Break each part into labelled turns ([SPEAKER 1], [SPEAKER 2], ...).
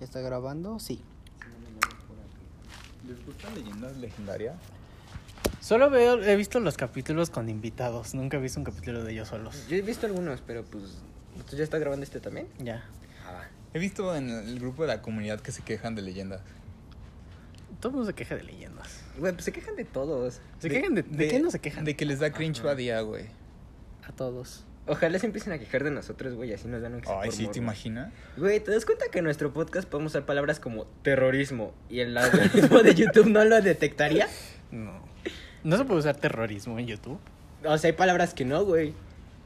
[SPEAKER 1] ¿Ya está grabando? Sí.
[SPEAKER 2] ¿Les gustan leyendas legendarias?
[SPEAKER 3] Solo veo, he visto los capítulos con invitados. Nunca he visto un capítulo de ellos solos.
[SPEAKER 1] Yo he visto algunos, pero pues. ¿Tú ya estás grabando este también?
[SPEAKER 3] Ya.
[SPEAKER 1] Ah, va.
[SPEAKER 2] He visto en el grupo de la comunidad que se quejan de leyendas.
[SPEAKER 3] Todo el mundo se queja de leyendas.
[SPEAKER 1] Güey, pues se quejan de todos.
[SPEAKER 3] ¿Se quejan de, de, qué no se quejan?
[SPEAKER 2] De que les da cringe
[SPEAKER 1] Ajá.
[SPEAKER 2] día, güey.
[SPEAKER 3] a todos.
[SPEAKER 1] Ojalá se empiecen a quejar de nosotros, güey, así nos dan un
[SPEAKER 2] Ay,
[SPEAKER 1] por
[SPEAKER 2] sí, ¿te
[SPEAKER 1] morbo.
[SPEAKER 2] imaginas?
[SPEAKER 1] Güey, ¿te das cuenta que en nuestro podcast podemos usar palabras como terrorismo y el algoritmo de YouTube no lo detectaría?
[SPEAKER 3] No. No se puede usar terrorismo en YouTube.
[SPEAKER 1] O sea, hay palabras que no, güey.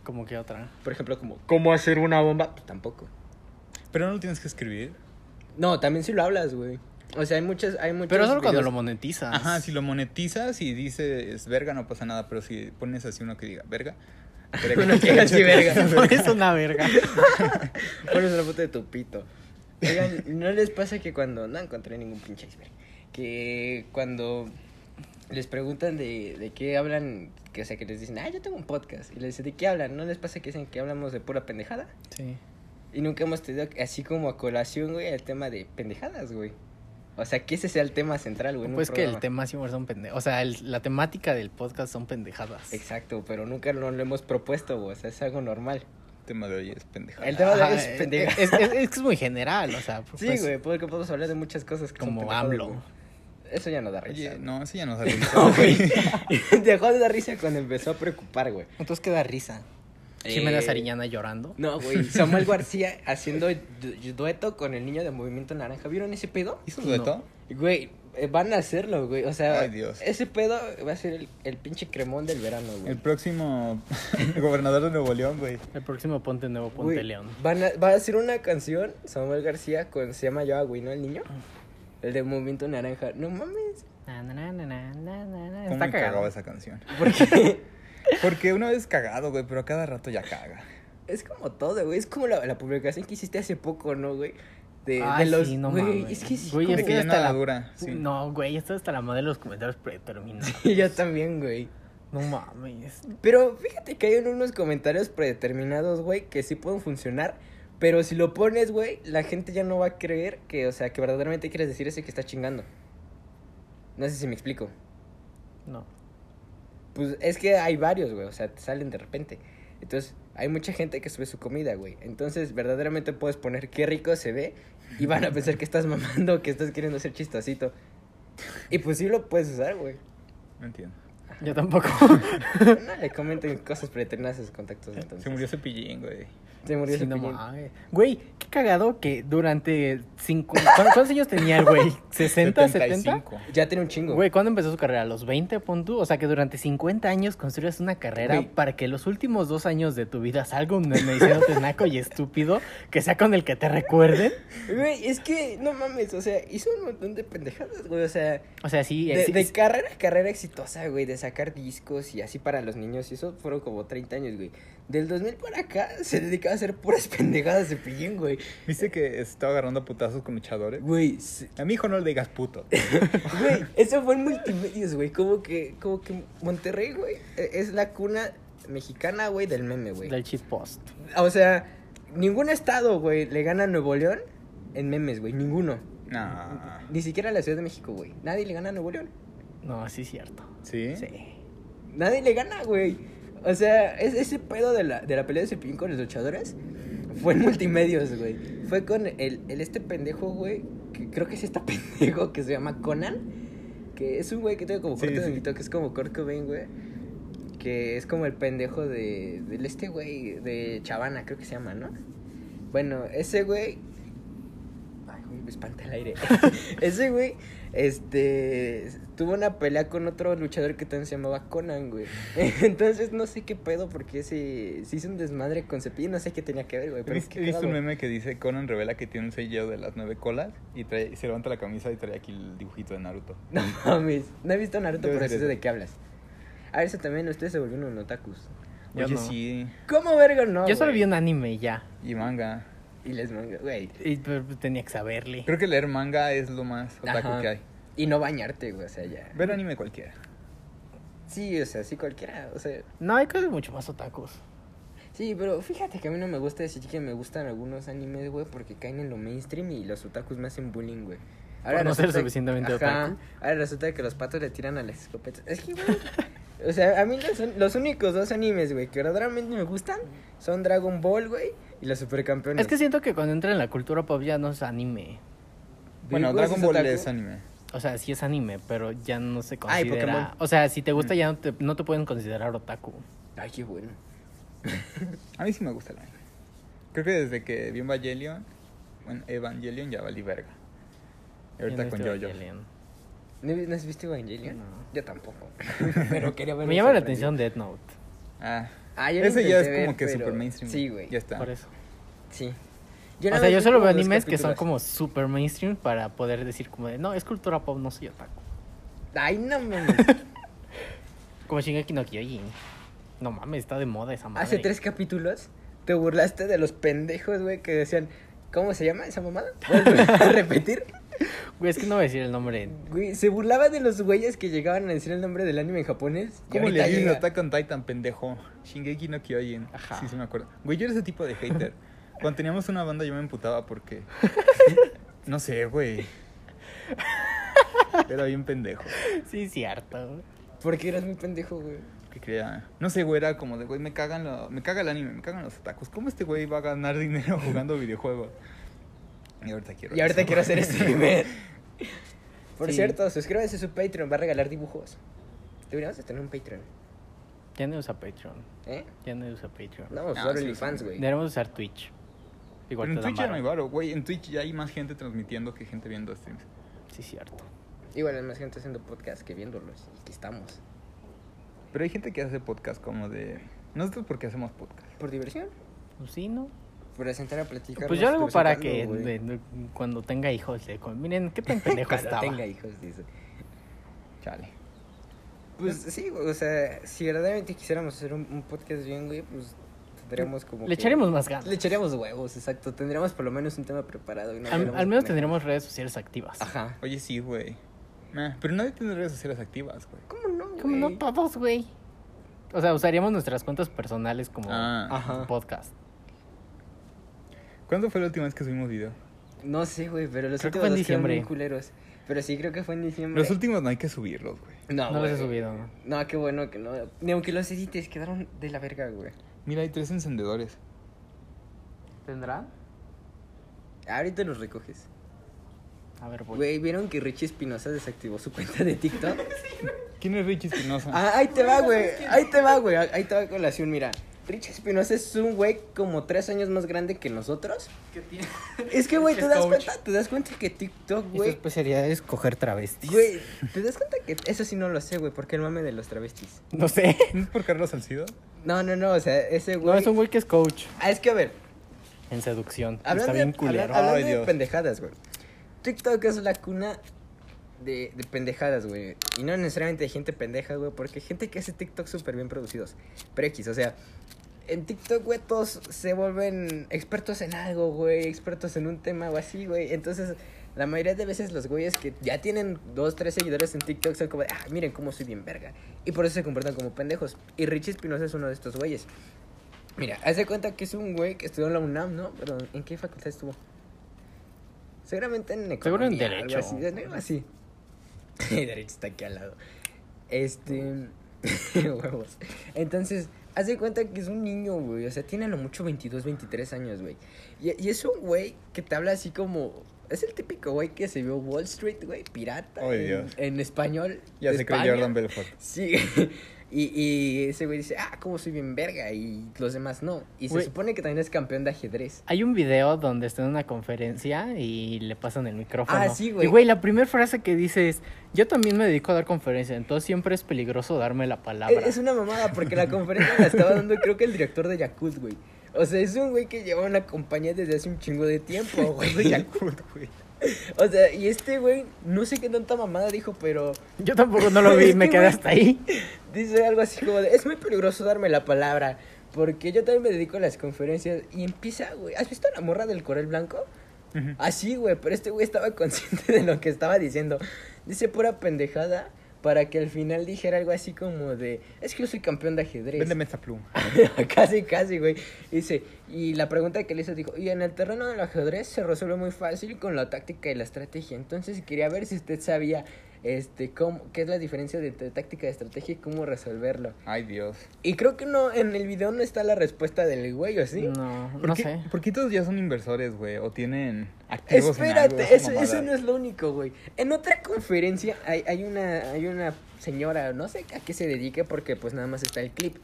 [SPEAKER 3] Como que otra.
[SPEAKER 1] Por ejemplo, como ¿cómo hacer una bomba? Pues tampoco.
[SPEAKER 2] Pero no lo tienes que escribir.
[SPEAKER 1] No, también si lo hablas, güey. O sea, hay muchas hay muchos
[SPEAKER 3] Pero solo cuando lo
[SPEAKER 1] videos-
[SPEAKER 3] monetizas.
[SPEAKER 2] Ajá, si lo monetizas y dices verga, no pasa nada. Pero si pones así uno que diga verga. verga".
[SPEAKER 1] Uno que diga así, verga.
[SPEAKER 3] es una verga.
[SPEAKER 1] Pones una foto de tu pito. Oigan, ¿no les pasa que cuando... No encontré ningún pinche iceberg. Que cuando les preguntan de, de qué hablan... Que, o sea, que les dicen, ah, yo tengo un podcast. Y les dicen, ¿de qué hablan? ¿No les pasa que dicen que hablamos de pura pendejada?
[SPEAKER 3] Sí.
[SPEAKER 1] Y nunca hemos tenido así como a colación, güey, el tema de pendejadas, güey. O sea, que ese sea el tema central, güey. en un
[SPEAKER 3] Pues que el
[SPEAKER 1] programa.
[SPEAKER 3] tema siempre son pendejadas. O sea, el- la temática del podcast son pendejadas.
[SPEAKER 1] Exacto, pero nunca lo, lo hemos propuesto, güey. O sea, es algo normal.
[SPEAKER 2] El tema de hoy es pendeja.
[SPEAKER 1] El tema de hoy
[SPEAKER 3] Ajá,
[SPEAKER 1] es
[SPEAKER 3] eh,
[SPEAKER 1] pendeja.
[SPEAKER 3] Es, es- es que es muy general, o sea.
[SPEAKER 1] Sí,
[SPEAKER 3] pues,
[SPEAKER 1] güey, porque podemos hablar de muchas cosas que son
[SPEAKER 3] Como
[SPEAKER 1] pendejadas,
[SPEAKER 3] AMLO.
[SPEAKER 1] güey. Eso ya no da risa.
[SPEAKER 2] Oye,
[SPEAKER 1] güey.
[SPEAKER 2] no, eso ya nos salió.
[SPEAKER 1] No, güey. Dejó de dar risa cuando empezó a preocupar, güey.
[SPEAKER 3] Entonces queda risa. Jimena Sariñana llorando.
[SPEAKER 1] Eh, No, güey. Samuel García haciendo du- dueto con el niño de Movimiento Naranja. ¿Vieron ese pedo?
[SPEAKER 2] ¿Hizo dueto?
[SPEAKER 1] Güey, eh, van a hacerlo, güey. O sea,
[SPEAKER 2] Ay, Dios.
[SPEAKER 1] ese pedo va a ser el, el pinche cremón del verano, güey.
[SPEAKER 2] El próximo gobernador de Nuevo León, güey.
[SPEAKER 3] El próximo Ponte Nuevo, Ponte
[SPEAKER 1] Güey,
[SPEAKER 3] León.
[SPEAKER 1] Van a, va a hacer una canción, Samuel García, con Se llama Yo a güey, ¿no? El niño. El de Movimiento Naranja. No mames.
[SPEAKER 3] Na, na, na, na, na, na, na.
[SPEAKER 2] ¿Cómo
[SPEAKER 3] Está
[SPEAKER 2] me cagaba
[SPEAKER 3] cagado.
[SPEAKER 2] esa canción?
[SPEAKER 1] Porque
[SPEAKER 2] Porque una vez cagado, güey, pero a cada rato ya caga.
[SPEAKER 1] es como todo, güey. Es como la, la publicación que hiciste hace poco, ¿no, güey? De,
[SPEAKER 3] Ay,
[SPEAKER 1] de los.
[SPEAKER 3] sí, no
[SPEAKER 1] güey,
[SPEAKER 3] mames.
[SPEAKER 1] es que sí.
[SPEAKER 3] Güey,
[SPEAKER 1] como-
[SPEAKER 2] De que ya
[SPEAKER 3] hasta
[SPEAKER 2] nada
[SPEAKER 3] la-
[SPEAKER 2] dura. sí.
[SPEAKER 3] No, güey, esto está la madre de los comentarios predeterminados.
[SPEAKER 1] Y yo también, güey.
[SPEAKER 3] No mames.
[SPEAKER 1] Pero fíjate que hay unos comentarios predeterminados, güey, que sí pueden funcionar. Pero si lo pones, güey, la gente ya no va a creer que, o sea, que verdaderamente quieres decir ese que está chingando. No sé si me explico.
[SPEAKER 3] No.
[SPEAKER 1] Pues es que hay varios, güey, o sea, te salen de repente. Entonces, hay mucha gente que sube su comida, güey. Entonces, verdaderamente puedes poner qué rico se ve y van a pensar que estás mamando, que estás queriendo ser chistosito. Y pues sí lo puedes usar, güey.
[SPEAKER 2] No entiendo.
[SPEAKER 3] Yo tampoco.
[SPEAKER 1] No le comenten cosas predeterminadas a sus contactos. Entonces.
[SPEAKER 2] Se murió Cepillín, güey.
[SPEAKER 1] Se murió
[SPEAKER 3] Sí,
[SPEAKER 1] ese
[SPEAKER 3] no
[SPEAKER 1] piñín.
[SPEAKER 3] mames. Güey, qué cagado que durante cinco. ¿Cuántos, cuántos años tenía el güey? ¿60, 70?
[SPEAKER 2] 75.
[SPEAKER 1] Ya tiene un chingo.
[SPEAKER 3] Güey, ¿cuándo empezó su carrera? ¿A los 20, pon tú? O sea, que durante 50 años construyas una carrera
[SPEAKER 2] Güey.
[SPEAKER 3] para que los últimos dos años de tu vida salga un meme diciéndote naco y estúpido que sea con el que te recuerden.
[SPEAKER 1] Güey, es que no mames, o sea, hizo un montón de pendejadas, güey. O sea,
[SPEAKER 3] O sea, sí.
[SPEAKER 1] de,
[SPEAKER 3] sí-
[SPEAKER 1] de carrera a carrera exitosa, güey, de sacar discos y así para los niños. Y eso fueron como 30 años, güey. Del 2000 para acá se dedicaba a hacer puras pendejadas de pillín, güey.
[SPEAKER 2] ¿Viste que estaba agarrando putazos con luchadores?
[SPEAKER 1] Güey, se-
[SPEAKER 2] A mi hijo no le digas puto.
[SPEAKER 1] güey, eso fue en multimedios, güey. Como que, como que Monterrey, güey, e- es la cuna mexicana, güey, del meme, güey.
[SPEAKER 3] Del cheat post.
[SPEAKER 1] O sea, ningún estado, güey, le gana a Nuevo León en memes, güey. Ninguno.
[SPEAKER 2] Nah.
[SPEAKER 1] Ni siquiera la Ciudad de México, güey. Nadie le gana a Nuevo León.
[SPEAKER 3] No, sí, es cierto.
[SPEAKER 2] ¿Sí?
[SPEAKER 3] Sí.
[SPEAKER 1] Nadie le gana, güey. O sea, es, ese pedo de la, de la pelea de Cepillín con los luchadores fue en multimedios, güey. Fue con el, el este pendejo, güey, que creo que es este pendejo que se llama Conan, que es un güey que tiene como
[SPEAKER 2] Sí,
[SPEAKER 1] corte de
[SPEAKER 2] sí.
[SPEAKER 1] que es como Kurt Cobain, güey. Que es como el pendejo de, del este güey, de Chavana, creo que se llama, ¿no? Bueno, ese güey... Ay, güey, me espanta el aire. ese güey este tuvo una pelea con otro luchador que también se llamaba Conan, güey. Entonces no sé qué pedo porque se, se hizo un desmadre con Cepillín, no sé qué tenía que ver, güey. Pero
[SPEAKER 2] ¿Viste,
[SPEAKER 1] qué
[SPEAKER 2] viste
[SPEAKER 1] cagado.
[SPEAKER 2] un meme que dice Conan revela que tiene un sello de las nueve colas y, trae- y se levanta la camisa y trae aquí el dibujito de Naruto?
[SPEAKER 1] No mames, no he visto Naruto,
[SPEAKER 2] Debe
[SPEAKER 1] pero
[SPEAKER 2] ser
[SPEAKER 1] sí sé de
[SPEAKER 2] ese.
[SPEAKER 1] qué hablas. A ver, eso también ustedes se volvieron un otakus.
[SPEAKER 3] Yo
[SPEAKER 2] Oye,
[SPEAKER 3] no.
[SPEAKER 2] sí.
[SPEAKER 1] ¿Cómo verga no?
[SPEAKER 3] Yo solo
[SPEAKER 1] Ah, güey?
[SPEAKER 3] vi un anime y ya.
[SPEAKER 2] Y manga.
[SPEAKER 1] Y les manga, güey.
[SPEAKER 3] Y pero pues, tenía que saberle.
[SPEAKER 2] Creo que leer manga es lo más otaku
[SPEAKER 1] Ajá.
[SPEAKER 2] que hay.
[SPEAKER 1] Y no bañarte, güey, o sea, ya.
[SPEAKER 2] Ver anime cualquiera.
[SPEAKER 1] Sí, o sea, sí cualquiera, o sea,
[SPEAKER 3] No, hay cosas mucho más otakus.
[SPEAKER 1] Sí, pero fíjate que a mí no me gusta decir que me gustan algunos animes, güey, porque caen en lo mainstream y los otakus me hacen bullying, güey.
[SPEAKER 3] Por no ser
[SPEAKER 1] resulta-
[SPEAKER 3] suficientemente
[SPEAKER 1] Ajá,
[SPEAKER 3] otaku.
[SPEAKER 1] Ahora resulta que los patos le tiran a las escopetas. Es que, güey, o sea, a mí los, los únicos dos animes, güey, que verdaderamente me gustan son Dragon Ball, güey, y los supercampeones.
[SPEAKER 3] Es que siento que cuando entra en la cultura pop ya no es anime.
[SPEAKER 2] Bueno,
[SPEAKER 1] Digo,
[SPEAKER 2] Dragon
[SPEAKER 1] ¿es
[SPEAKER 2] Ball
[SPEAKER 1] otaku?
[SPEAKER 2] es anime.
[SPEAKER 3] O sea, sí es anime, pero ya no se
[SPEAKER 2] Ah, y
[SPEAKER 3] considera.
[SPEAKER 2] Pokémon.
[SPEAKER 3] o sea, si te
[SPEAKER 1] Mm.
[SPEAKER 3] gusta ya no te, no te pueden considerar otaku.
[SPEAKER 1] Ay, qué bueno.
[SPEAKER 2] A mí sí me gusta el anime. Creo que desde que vi Evangelion, bueno, Evangelion ya valí verga. Y ahorita
[SPEAKER 3] Ya no
[SPEAKER 2] con
[SPEAKER 3] es
[SPEAKER 2] Jojo.
[SPEAKER 3] Evangelion.
[SPEAKER 1] ¿No, vi- ¿no has visto Evangelion?
[SPEAKER 3] No.
[SPEAKER 1] Yo tampoco. pero quería ver.
[SPEAKER 3] Me llama la atención Death Note.
[SPEAKER 2] Ah,
[SPEAKER 1] Ah, yo lo
[SPEAKER 2] ese ya es
[SPEAKER 1] intenté
[SPEAKER 2] como
[SPEAKER 1] ver,
[SPEAKER 2] que
[SPEAKER 1] pero-
[SPEAKER 2] super mainstream.
[SPEAKER 1] Sí, güey.
[SPEAKER 2] Ya está.
[SPEAKER 3] Por eso.
[SPEAKER 1] Sí.
[SPEAKER 3] o
[SPEAKER 1] nada
[SPEAKER 3] sea,
[SPEAKER 1] más
[SPEAKER 3] yo
[SPEAKER 1] vi
[SPEAKER 3] solo
[SPEAKER 1] como
[SPEAKER 3] veo
[SPEAKER 1] dos
[SPEAKER 3] animes que son
[SPEAKER 1] capítulos.
[SPEAKER 3] como super mainstream para poder decir como de, no, es cultura pop, no soy otaku.
[SPEAKER 1] Ay, no mames.
[SPEAKER 3] Como Shingeki no Kyojin. No mames, está de moda esa madre.
[SPEAKER 1] Hace tres capítulos te burlaste de los pendejos, güey, que decían, ¿cómo se llama esa mamada? ¿Puedes re- repetir?
[SPEAKER 3] Güey, es que no voy a decir el nombre.
[SPEAKER 1] Güey, se burlaba de los güeyes que llegaban a decir el nombre del anime en japonés. y
[SPEAKER 2] ¿Cómo le
[SPEAKER 1] ahorita
[SPEAKER 2] dices
[SPEAKER 1] llega.
[SPEAKER 2] Attack on Titan, pendejo? Shingeki no Kyojin.
[SPEAKER 3] Ajá.
[SPEAKER 2] Sí, sí me acuerdo. Güey, yo era ese tipo de hater. Cuando teníamos una banda yo me emputaba porque... No sé, güey. Era bien pendejo.
[SPEAKER 3] Sí, cierto.
[SPEAKER 1] Porque eras muy pendejo, güey.
[SPEAKER 2] Que creía... No sé, güey, era como de, güey, me cagan lo... Me caga el anime, me cagan los atacos. ¿Cómo este güey va a ganar dinero jugando videojuegos? Y ahorita quiero este
[SPEAKER 1] Y ahorita
[SPEAKER 2] eso.
[SPEAKER 1] quiero hacer streamer. Por
[SPEAKER 3] Sí.
[SPEAKER 1] cierto, suscríbanse a su Patreon, va a regalar dibujos. Deberíamos de tener un Patreon,
[SPEAKER 3] Ya no usa Patreon.
[SPEAKER 1] ¿eh?
[SPEAKER 3] Ya no usa Patreon.
[SPEAKER 1] No, no
[SPEAKER 2] sí,
[SPEAKER 1] solo
[SPEAKER 2] sí,
[SPEAKER 1] fans,
[SPEAKER 2] sí.
[SPEAKER 1] güey.
[SPEAKER 3] Deberíamos usar Twitch. Igual
[SPEAKER 2] Pero en
[SPEAKER 3] te dan
[SPEAKER 2] Twitch ya no
[SPEAKER 3] varo.
[SPEAKER 2] hay varo, güey. En Twitch ya hay más gente transmitiendo que gente viendo streams.
[SPEAKER 3] Sí, cierto.
[SPEAKER 1] Igual hay más gente haciendo podcast que viéndolos y que estamos.
[SPEAKER 2] Pero hay gente que hace podcast como de... Nosotros porque hacemos podcast.
[SPEAKER 1] ¿Por diversión?
[SPEAKER 3] Pues Sí, ¿no?
[SPEAKER 1] Por sentar a platicar.
[SPEAKER 3] Pues yo algo para que de- de- cuando tenga hijos, le con- miren, qué tan pendejo
[SPEAKER 1] Cuando
[SPEAKER 3] estaba.
[SPEAKER 1] tenga hijos, dice.
[SPEAKER 2] Chale.
[SPEAKER 1] Pues sí, güey, o sea, si verdaderamente quisiéramos hacer un, un podcast bien, güey, pues tendríamos como.
[SPEAKER 3] Le
[SPEAKER 1] que-
[SPEAKER 3] echaremos más ganas.
[SPEAKER 1] Le echaríamos huevos, exacto. Tendríamos por lo menos un tema preparado. y no
[SPEAKER 3] al,
[SPEAKER 1] hubiéramos
[SPEAKER 3] al menos
[SPEAKER 1] pendejo.
[SPEAKER 3] tendremos redes sociales activas.
[SPEAKER 1] Ajá.
[SPEAKER 2] Oye, sí, güey. Meh, pero nadie tiene redes sociales activas, güey.
[SPEAKER 1] ¿Cómo no? Güey?
[SPEAKER 3] Como no todos, güey. O sea, usaríamos nuestras cuentas personales como
[SPEAKER 2] Ah.
[SPEAKER 1] Ajá.
[SPEAKER 3] podcast.
[SPEAKER 2] ¿Cuándo fue la última vez que subimos video?
[SPEAKER 1] No sé, güey, pero los
[SPEAKER 3] Creo que fue en
[SPEAKER 1] últimos dos quedaron
[SPEAKER 3] diciembre.
[SPEAKER 1] bien culeros. Pero sí, creo que fue en diciembre.
[SPEAKER 2] Los últimos no hay que subirlos, güey.
[SPEAKER 1] No,
[SPEAKER 3] no los he
[SPEAKER 1] güey.
[SPEAKER 3] subido. ¿no?
[SPEAKER 1] No, qué bueno que no. Ni aunque los edites, quedaron de la verga, güey.
[SPEAKER 2] Mira, hay tres encendedores.
[SPEAKER 3] ¿Tendrán?
[SPEAKER 1] Ahorita los recoges.
[SPEAKER 3] A ver, voy.
[SPEAKER 1] Güey, ¿vieron que Richie Espinosa desactivó su cuenta de TikTok?
[SPEAKER 2] ¿Quién es Richie Espinosa?
[SPEAKER 1] Ah, ahí te va, güey. Ahí te va, güey. Ahí te va colación, mira. Richie Espinosa es un güey como tres años más grande que nosotros. Es que, güey, te das cuenta, te das cuenta que TikTok,
[SPEAKER 3] Y su
[SPEAKER 1] güey.
[SPEAKER 3] especialidad es coger travestis.
[SPEAKER 1] Güey, te das cuenta que eso sí no lo sé, güey, porque el mame de los travestis.
[SPEAKER 3] No sé.
[SPEAKER 2] ¿No es por Carlos Salcido?
[SPEAKER 1] No, no, no, o sea, ese
[SPEAKER 3] No,
[SPEAKER 1] güey.
[SPEAKER 3] es un güey que es coach
[SPEAKER 1] Ah, es que a ver,
[SPEAKER 3] en seducción. Está
[SPEAKER 1] hablando,
[SPEAKER 3] bien
[SPEAKER 1] de,
[SPEAKER 3] culero.
[SPEAKER 1] habla- hablando
[SPEAKER 2] Ay,
[SPEAKER 1] de
[SPEAKER 2] Dios.
[SPEAKER 1] pendejadas, güey. TikTok es la cuna de, de pendejadas, güey. Y no necesariamente de gente pendeja, güey, porque hay gente que hace TikTok súper bien producidos. Pero X, o sea, en TikTok, güey, todos se vuelven expertos en algo, güey, expertos en un tema o así, güey. Entonces, la mayoría de veces los güeyes que ya tienen dos, tres seguidores en TikTok son como, de, ah, miren cómo soy bien verga. Y por eso se comportan como pendejos. Y Richie Espinosa es uno de estos güeyes. Mira, hace cuenta que es un güey que estudió en la UNAM, ¿no? Pero ¿en qué facultad estuvo? Seguramente en economía.
[SPEAKER 3] Seguro en
[SPEAKER 1] algo
[SPEAKER 3] Derecho.
[SPEAKER 1] así, en algo así. derecho está aquí al lado. Este. huevos. Entonces, hace cuenta que es un niño, güey. O sea, tiene a lo mucho 22, 23 años, güey. Y, y es un güey que te habla así como. Es el típico güey que se vio Wall Street, güey, pirata.
[SPEAKER 2] Ay,
[SPEAKER 1] en,
[SPEAKER 2] Dios.
[SPEAKER 1] en español.
[SPEAKER 2] Ya
[SPEAKER 1] de
[SPEAKER 2] sé que
[SPEAKER 1] España.
[SPEAKER 2] Jordan Belfort.
[SPEAKER 1] Sí. Y, y ese güey dice, ah, como soy bien verga. Y los demás no. Y se
[SPEAKER 3] Güey.
[SPEAKER 1] supone que también es campeón de ajedrez.
[SPEAKER 3] Hay un video donde está en una conferencia y le pasan el micrófono.
[SPEAKER 1] Ah, sí, güey.
[SPEAKER 3] Y güey, la primera frase que dice es, yo también me dedico a dar conferencias, entonces siempre es peligroso darme la palabra.
[SPEAKER 1] Es, es una mamada, porque la conferencia la estaba dando, creo que el director de Yakult, güey. O sea, es un güey que lleva una compañía desde hace un chingo de tiempo, güey.
[SPEAKER 2] De Yakult, güey.
[SPEAKER 1] O sea, y este güey, no sé qué tanta mamada dijo, pero
[SPEAKER 3] Yo tampoco no lo vi,
[SPEAKER 1] Es
[SPEAKER 3] me
[SPEAKER 1] que,
[SPEAKER 3] quedé
[SPEAKER 1] güey.
[SPEAKER 3] hasta ahí.
[SPEAKER 1] dice algo así como de, es muy peligroso darme la palabra, porque yo también me dedico a las conferencias y empieza, güey, ¿has visto la morra del Corel Blanco?
[SPEAKER 2] Ujú.
[SPEAKER 1] Así, güey, pero este güey estaba consciente de lo que estaba diciendo. Dice pura pendejada, para que al final dijera algo así como de, es que yo soy campeón de ajedrez.
[SPEAKER 2] Véndeme esta pluma.
[SPEAKER 1] casi, casi, güey. Dice, y la pregunta que le hizo dijo, y en el terreno del ajedrez se resuelve muy fácil con la táctica y la estrategia. Entonces quería ver si usted sabía este cómo, qué es la diferencia de entre táctica y estrategia y cómo resolverlo.
[SPEAKER 2] Ay, Dios.
[SPEAKER 1] Y creo que no, en el video no está la respuesta del güey, ¿o sí?
[SPEAKER 3] No,
[SPEAKER 2] ¿Por
[SPEAKER 3] no
[SPEAKER 2] qué-
[SPEAKER 3] sé.
[SPEAKER 2] ¿Por qué todos ya son inversores, güey? O tienen activos en algo,
[SPEAKER 1] Espérate, eso,
[SPEAKER 2] esa
[SPEAKER 1] eso
[SPEAKER 2] mamada.
[SPEAKER 1] no es lo único, güey. En otra conferencia hay, hay una, hay una señora, no sé a qué se dedica porque pues nada más está el clip.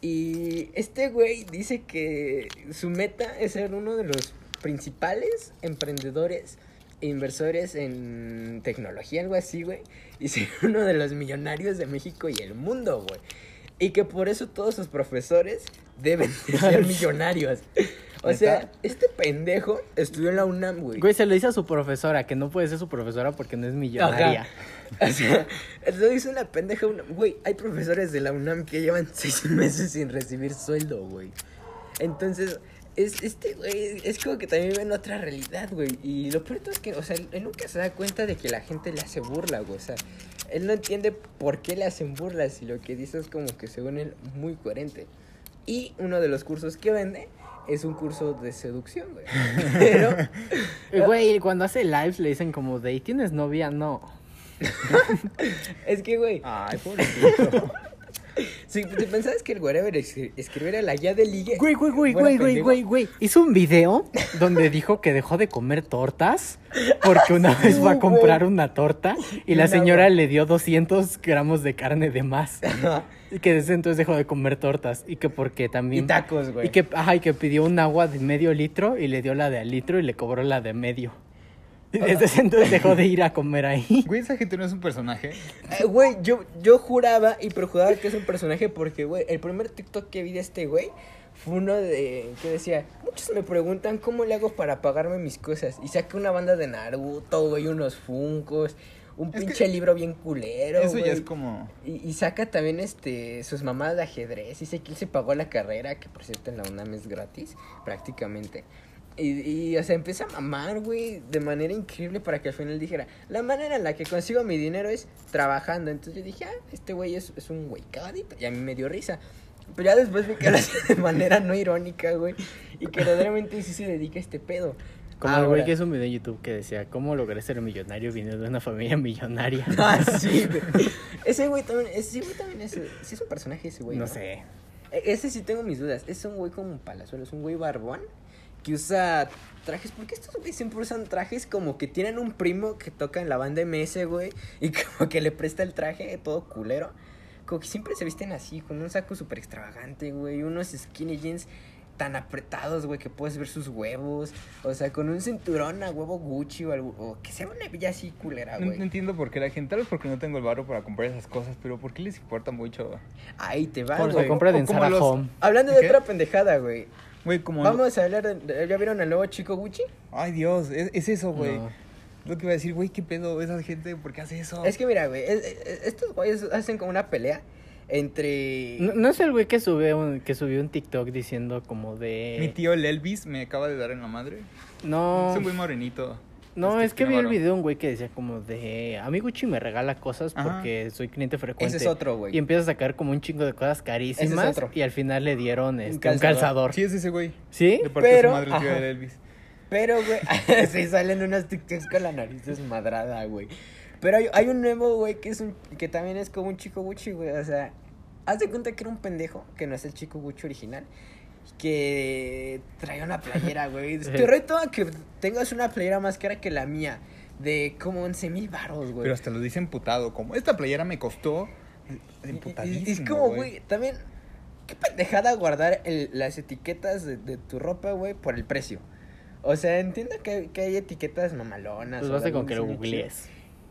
[SPEAKER 1] Y este güey dice que su meta es ser uno de los principales emprendedores e inversores en tecnología, algo así, güey. Y ser uno de los millonarios de México y el mundo, güey. Y que por eso todos sus profesores deben de ser millonarios. O
[SPEAKER 2] ¿Neta?
[SPEAKER 1] sea, este pendejo estudió en la UNAM, güey.
[SPEAKER 3] Güey, se lo dice a su profesora, que no puede ser su profesora porque no es millonaria.
[SPEAKER 1] Ajá. O sea, lo hizo la pendeja UNAM. Güey, hay profesores de la UNAM que llevan seis meses sin recibir sueldo, güey. Entonces, es, este güey es como que también ven otra realidad, güey. Y lo peor de todo es que, o sea, él nunca se da cuenta de que la gente le hace burla, güey. O sea, él no entiende por qué le hacen burlas y lo que dice es como que según él muy coherente. Y uno de los cursos que vende es un curso de seducción, güey. Pero...
[SPEAKER 3] Eh, Güey, cuando hace lives le dicen como de, "¿Y ¿tienes novia? No.
[SPEAKER 1] Es que, güey,
[SPEAKER 2] Ay, pobrecito.
[SPEAKER 1] Si te pensabas que el wherever escri- escribiera la ya de ligue.
[SPEAKER 3] Güey, güey, güey,
[SPEAKER 1] fuera
[SPEAKER 3] güey, güey,
[SPEAKER 1] pendejo,
[SPEAKER 3] güey, güey. Hizo un video donde dijo que dejó de comer tortas porque una vez va a comprar una torta y la
[SPEAKER 1] Una,
[SPEAKER 3] señora
[SPEAKER 1] güey.
[SPEAKER 3] le dio 200 gramos de carne de más.
[SPEAKER 1] eh,
[SPEAKER 3] Y que desde entonces dejó de comer tortas y que porque
[SPEAKER 1] Y
[SPEAKER 3] también...
[SPEAKER 1] tacos, güey.
[SPEAKER 3] Y que, ajá, y que pidió un agua de medio litro y le dio la de al litro y le cobró la de medio. Y desde ese entonces dejó de ir a comer ahí.
[SPEAKER 2] Güey, esa gente no es un personaje.
[SPEAKER 1] Eh, Güey, yo, yo juraba y perjuraba que es un personaje porque, güey, el primer TikTok que vi de este güey fue uno de. que decía: Muchos me preguntan cómo le hago para pagarme mis cosas. Y saqué una banda de Naruto, güey, unos funcos, un
[SPEAKER 2] Es que-
[SPEAKER 1] pinche libro bien culero.
[SPEAKER 2] eso ya
[SPEAKER 1] güey.
[SPEAKER 2] es como.
[SPEAKER 1] Y, y saca también este sus mamadas de ajedrez. Dice que él se pagó la carrera, que por cierto en la UNAM es gratis, prácticamente. Y, y, o sea, empieza a mamar, güey, de manera increíble para que al final dijera, la manera en la que consigo mi dinero es trabajando. Entonces yo dije, ah, este güey es, es un güey cagadito. Y a mí me dio risa. Pero ya después vi que lo hacía de manera no irónica, güey. Y que verdaderamente sí se dedica a este pedo.
[SPEAKER 3] Como el Ah, güey
[SPEAKER 1] Ahora-
[SPEAKER 3] que hizo un video en YouTube que decía, ¿cómo logré ser millonario viniendo de una familia millonaria?
[SPEAKER 1] Ah, sí, güey. Ese güey también, ese güey también es, sí es un personaje ese güey.
[SPEAKER 3] no sé.
[SPEAKER 1] E- Ese sí tengo mis dudas. Es un güey como un palazuelo, es un güey barbón que usa trajes. ¿Por qué estos güeyes siempre usan trajes como que tienen un primo que toca en la banda MS, güey? Y como que le presta el traje todo culero. Como que siempre se visten así, con un saco súper extravagante, güey. Unos skinny jeans tan apretados, güey, que puedes ver sus huevos. O sea, con un cinturón a huevo Gucci o algo. O que sea una villa así culera,
[SPEAKER 2] No, no
[SPEAKER 1] Ah, güey.
[SPEAKER 2] entiendo por qué la gente. Tal vez porque no tengo el barro para comprar esas cosas, pero ¿por qué les importa mucho?
[SPEAKER 1] Ahí te va,
[SPEAKER 3] Por
[SPEAKER 2] güey.
[SPEAKER 3] su
[SPEAKER 1] güey.
[SPEAKER 3] compra de
[SPEAKER 2] O como
[SPEAKER 3] Zara
[SPEAKER 2] los-
[SPEAKER 3] Home.
[SPEAKER 1] Hablando de
[SPEAKER 2] ¿Qué?
[SPEAKER 1] otra pendejada, güey.
[SPEAKER 2] Güey, como.
[SPEAKER 1] Vamos a hablar. de- ¿Ya vieron al nuevo chico Gucci?
[SPEAKER 2] Ay, Dios, es, es eso, güey.
[SPEAKER 3] No.
[SPEAKER 2] Lo que iba a decir, güey, qué pedo, esa gente, ¿por qué hace eso?
[SPEAKER 1] Es que mira, güey, es- es- estos güeyes hacen como una pelea entre...
[SPEAKER 3] No, no es el güey que sube un, que subió un TikTok diciendo como de
[SPEAKER 2] Mi tío, el Elvis, me acaba de dar en la madre.
[SPEAKER 3] No.
[SPEAKER 2] Es un güey morenito.
[SPEAKER 3] No,
[SPEAKER 2] Este,
[SPEAKER 3] es que
[SPEAKER 2] tiene
[SPEAKER 3] vi el
[SPEAKER 2] varo.
[SPEAKER 3] video de un güey que decía como de a mí Gucci me regala cosas
[SPEAKER 2] Ajá.
[SPEAKER 3] porque soy cliente frecuente.
[SPEAKER 1] Ese es otro, güey.
[SPEAKER 3] Y empieza a sacar como un chingo de cosas carísimas
[SPEAKER 1] otro.
[SPEAKER 3] y al final le dieron este, un,
[SPEAKER 1] calzador.
[SPEAKER 3] calzador.
[SPEAKER 2] Sí, es ese güey.
[SPEAKER 3] ¿Sí?
[SPEAKER 2] De parte de su
[SPEAKER 1] Pero- Pues.
[SPEAKER 2] madre, el tío
[SPEAKER 3] ajá.
[SPEAKER 2] del Elvis.
[SPEAKER 1] Pero, güey, se salen unos TikToks con la nariz desmadrada, güey. Pero hay, hay un nuevo, güey, que es un que también es como un chico Gucci, güey. O sea, haz de cuenta que era un pendejo, que no es el chico Gucci original, que traía una playera, güey. Te reto a que tengas una playera más cara que la mía, de como 11 mil baros, güey.
[SPEAKER 2] Pero hasta lo dice emputado, como esta playera me costó.
[SPEAKER 1] Y- y- y Es
[SPEAKER 2] emputadísimo,
[SPEAKER 1] como, güey, también. Qué pendejada guardar el- las etiquetas de, de tu ropa, güey, por el precio. O sea, entiendo que, que hay etiquetas mamalonas.
[SPEAKER 3] Pues
[SPEAKER 1] o
[SPEAKER 3] basta
[SPEAKER 1] algo
[SPEAKER 3] con que lo
[SPEAKER 1] se ve chido.
[SPEAKER 3] googlees.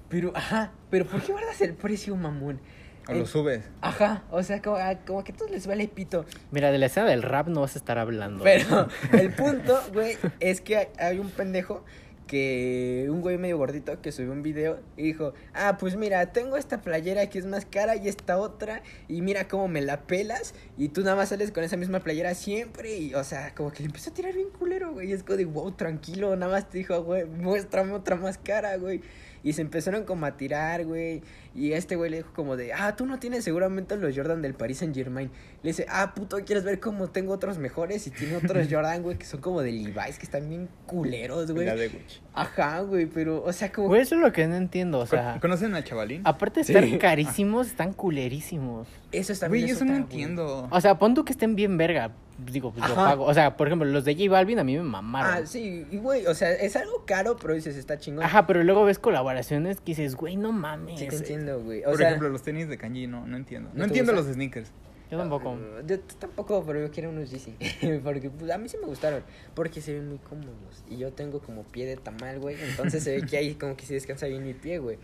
[SPEAKER 1] Pero, ajá, pero ¿por qué guardas el precio, mamón?
[SPEAKER 2] O lo subes.
[SPEAKER 1] Ajá, o sea, como, ah, como que a todos les vale pito.
[SPEAKER 3] Mira, de la escena del rap no vas a estar hablando.
[SPEAKER 1] Pero el punto, güey, es que hay- hay un pendejo que un güey medio gordito que subió un video y dijo, ah, pues mira, tengo esta playera que es más cara y esta otra, y mira cómo me la pelas, y tú nada más sales con esa misma playera siempre, y o sea, como que le empezó a tirar bien culero, güey, y es como de, wow, tranquilo, nada más te dijo, "Ah, güey, muéstrame otra más cara, güey. Y se empezaron como a tirar, güey. Y este güey le dijo como de, ah, tú no tienes seguramente los Jordan del Paris Saint Germain. Le dice, ah, puto, ¿quieres ver cómo tengo otros mejores? Y tiene otros Jordan, güey, que son como de Levi's, que están bien culeros, Pues, güey.
[SPEAKER 2] La de Gucci.
[SPEAKER 1] Ajá, güey, pero, o sea, como...
[SPEAKER 3] Güey, eso es lo que no entiendo, o sea.
[SPEAKER 2] ¿Con- ¿Conocen al chavalín?
[SPEAKER 1] Ah,
[SPEAKER 3] Aparte de estar carísimos, están culerísimos.
[SPEAKER 1] Eso está
[SPEAKER 2] Güey, eso no entiendo.
[SPEAKER 3] O sea, pon tú que estén bien verga. Digo, pues lo
[SPEAKER 1] Ajá.
[SPEAKER 3] pago. O sea, por ejemplo, los de J Balvin a mí me
[SPEAKER 1] Ah,
[SPEAKER 3] mamaron.
[SPEAKER 1] sí, y güey, o sea, es algo caro, pero dices, está chingón.
[SPEAKER 3] Ajá, pero luego ves colaboraciones que dices, güey, no mames.
[SPEAKER 1] Sí, te entiendo, güey. Ah, O
[SPEAKER 2] Por
[SPEAKER 1] sea,
[SPEAKER 2] ejemplo, los tenis de Kanji, no, no entiendo. No,
[SPEAKER 1] te
[SPEAKER 2] entiendo
[SPEAKER 1] gusta?
[SPEAKER 2] los sneakers.
[SPEAKER 3] Yo tampoco.
[SPEAKER 1] Yo t- tampoco, Ah, pero yo quiero unos Yeezy. porque pues, a mí sí me gustaron. Porque se ven muy cómodos. Y yo tengo como pie de tamal, güey. Entonces se ve que ahí como que se descansa bien mi pie, güey.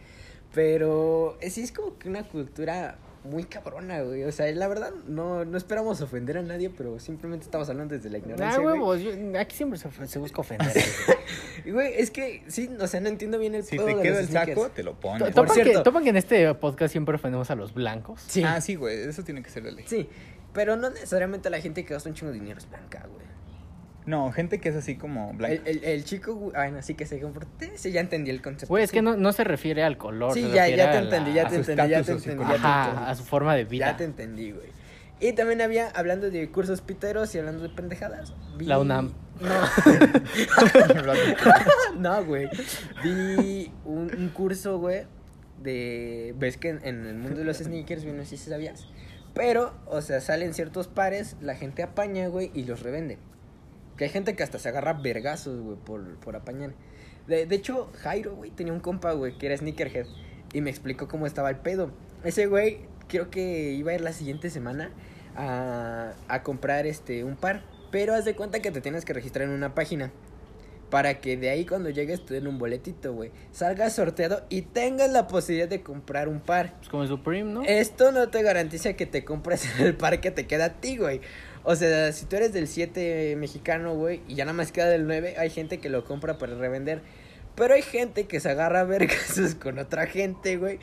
[SPEAKER 1] Pero eh, sí es como que una cultura muy cabrona, güey. O sea, la verdad, no, no esperamos ofender a nadie, pero simplemente estamos hablando desde la
[SPEAKER 3] Ah,
[SPEAKER 1] ignorancia. güey.
[SPEAKER 3] huevos. yo- aquí siempre se, of- se busca ofender.
[SPEAKER 1] Y, Güey, es que sí, o sea, no entiendo bien el
[SPEAKER 2] Si
[SPEAKER 1] pedo
[SPEAKER 2] te
[SPEAKER 1] de
[SPEAKER 2] queda
[SPEAKER 1] los
[SPEAKER 2] el
[SPEAKER 1] sneakers.
[SPEAKER 2] saco, te lo
[SPEAKER 3] To-
[SPEAKER 2] pones.
[SPEAKER 1] Por
[SPEAKER 3] Topan que,
[SPEAKER 1] cierto.
[SPEAKER 3] topan que en este podcast siempre ofendemos a los blancos.
[SPEAKER 1] Sí.
[SPEAKER 2] Ah, sí, güey, eso tiene que ser de ley.
[SPEAKER 1] Sí, pero no necesariamente la gente que gasta un chingo de dinero es blanca, güey.
[SPEAKER 2] No, gente que es así como blanca.
[SPEAKER 1] El, el, el chico, güey, ay, no, sí que se comporte, sí, ya entendí el concepto.
[SPEAKER 3] Güey, es
[SPEAKER 1] sí.
[SPEAKER 3] que no, no se refiere al color.
[SPEAKER 1] Sí,
[SPEAKER 3] se
[SPEAKER 1] ya,
[SPEAKER 3] refiere
[SPEAKER 1] ya te
[SPEAKER 3] a la-
[SPEAKER 1] entendí, ya
[SPEAKER 2] a
[SPEAKER 1] te
[SPEAKER 2] su
[SPEAKER 1] entendí, ya te
[SPEAKER 2] estatus
[SPEAKER 1] entendí, ya te
[SPEAKER 3] Ajá, a
[SPEAKER 1] entendí.
[SPEAKER 3] su forma de vida.
[SPEAKER 1] Ya te entendí, güey. Y también había, hablando de cursos piteros y hablando de pendejadas, vi-
[SPEAKER 3] La UNAM.
[SPEAKER 1] No,
[SPEAKER 2] Blanca.
[SPEAKER 1] no, güey. Vi un, un curso, güey, de... ¿Ves que en, en el mundo de los sneakers, güey, no sé si sabías? Pero, o sea, salen ciertos pares, la gente apaña, güey, y los revende. Que hay gente que hasta se agarra vergazos, güey, por, por apañar. De, de hecho, Jairo, güey, tenía un compa, güey, que era sneakerhead. Y me explicó cómo estaba el pedo. Ese güey, creo que iba a ir la siguiente semana a, a comprar este un par. Pero haz de cuenta que te tienes que registrar en una página. Para que de ahí cuando llegues te den un boletito, güey. Salgas sorteado y tengas la posibilidad de comprar un par.
[SPEAKER 3] Pues como Supreme, ¿no?
[SPEAKER 1] Esto no te garantiza que te compres el par que te queda a ti, güey. O sea, si tú eres del 7 mexicano, güey, y ya nada más queda del 9, hay gente que lo compra para revender. Pero hay gente que se agarra a vergazos con otra gente, güey,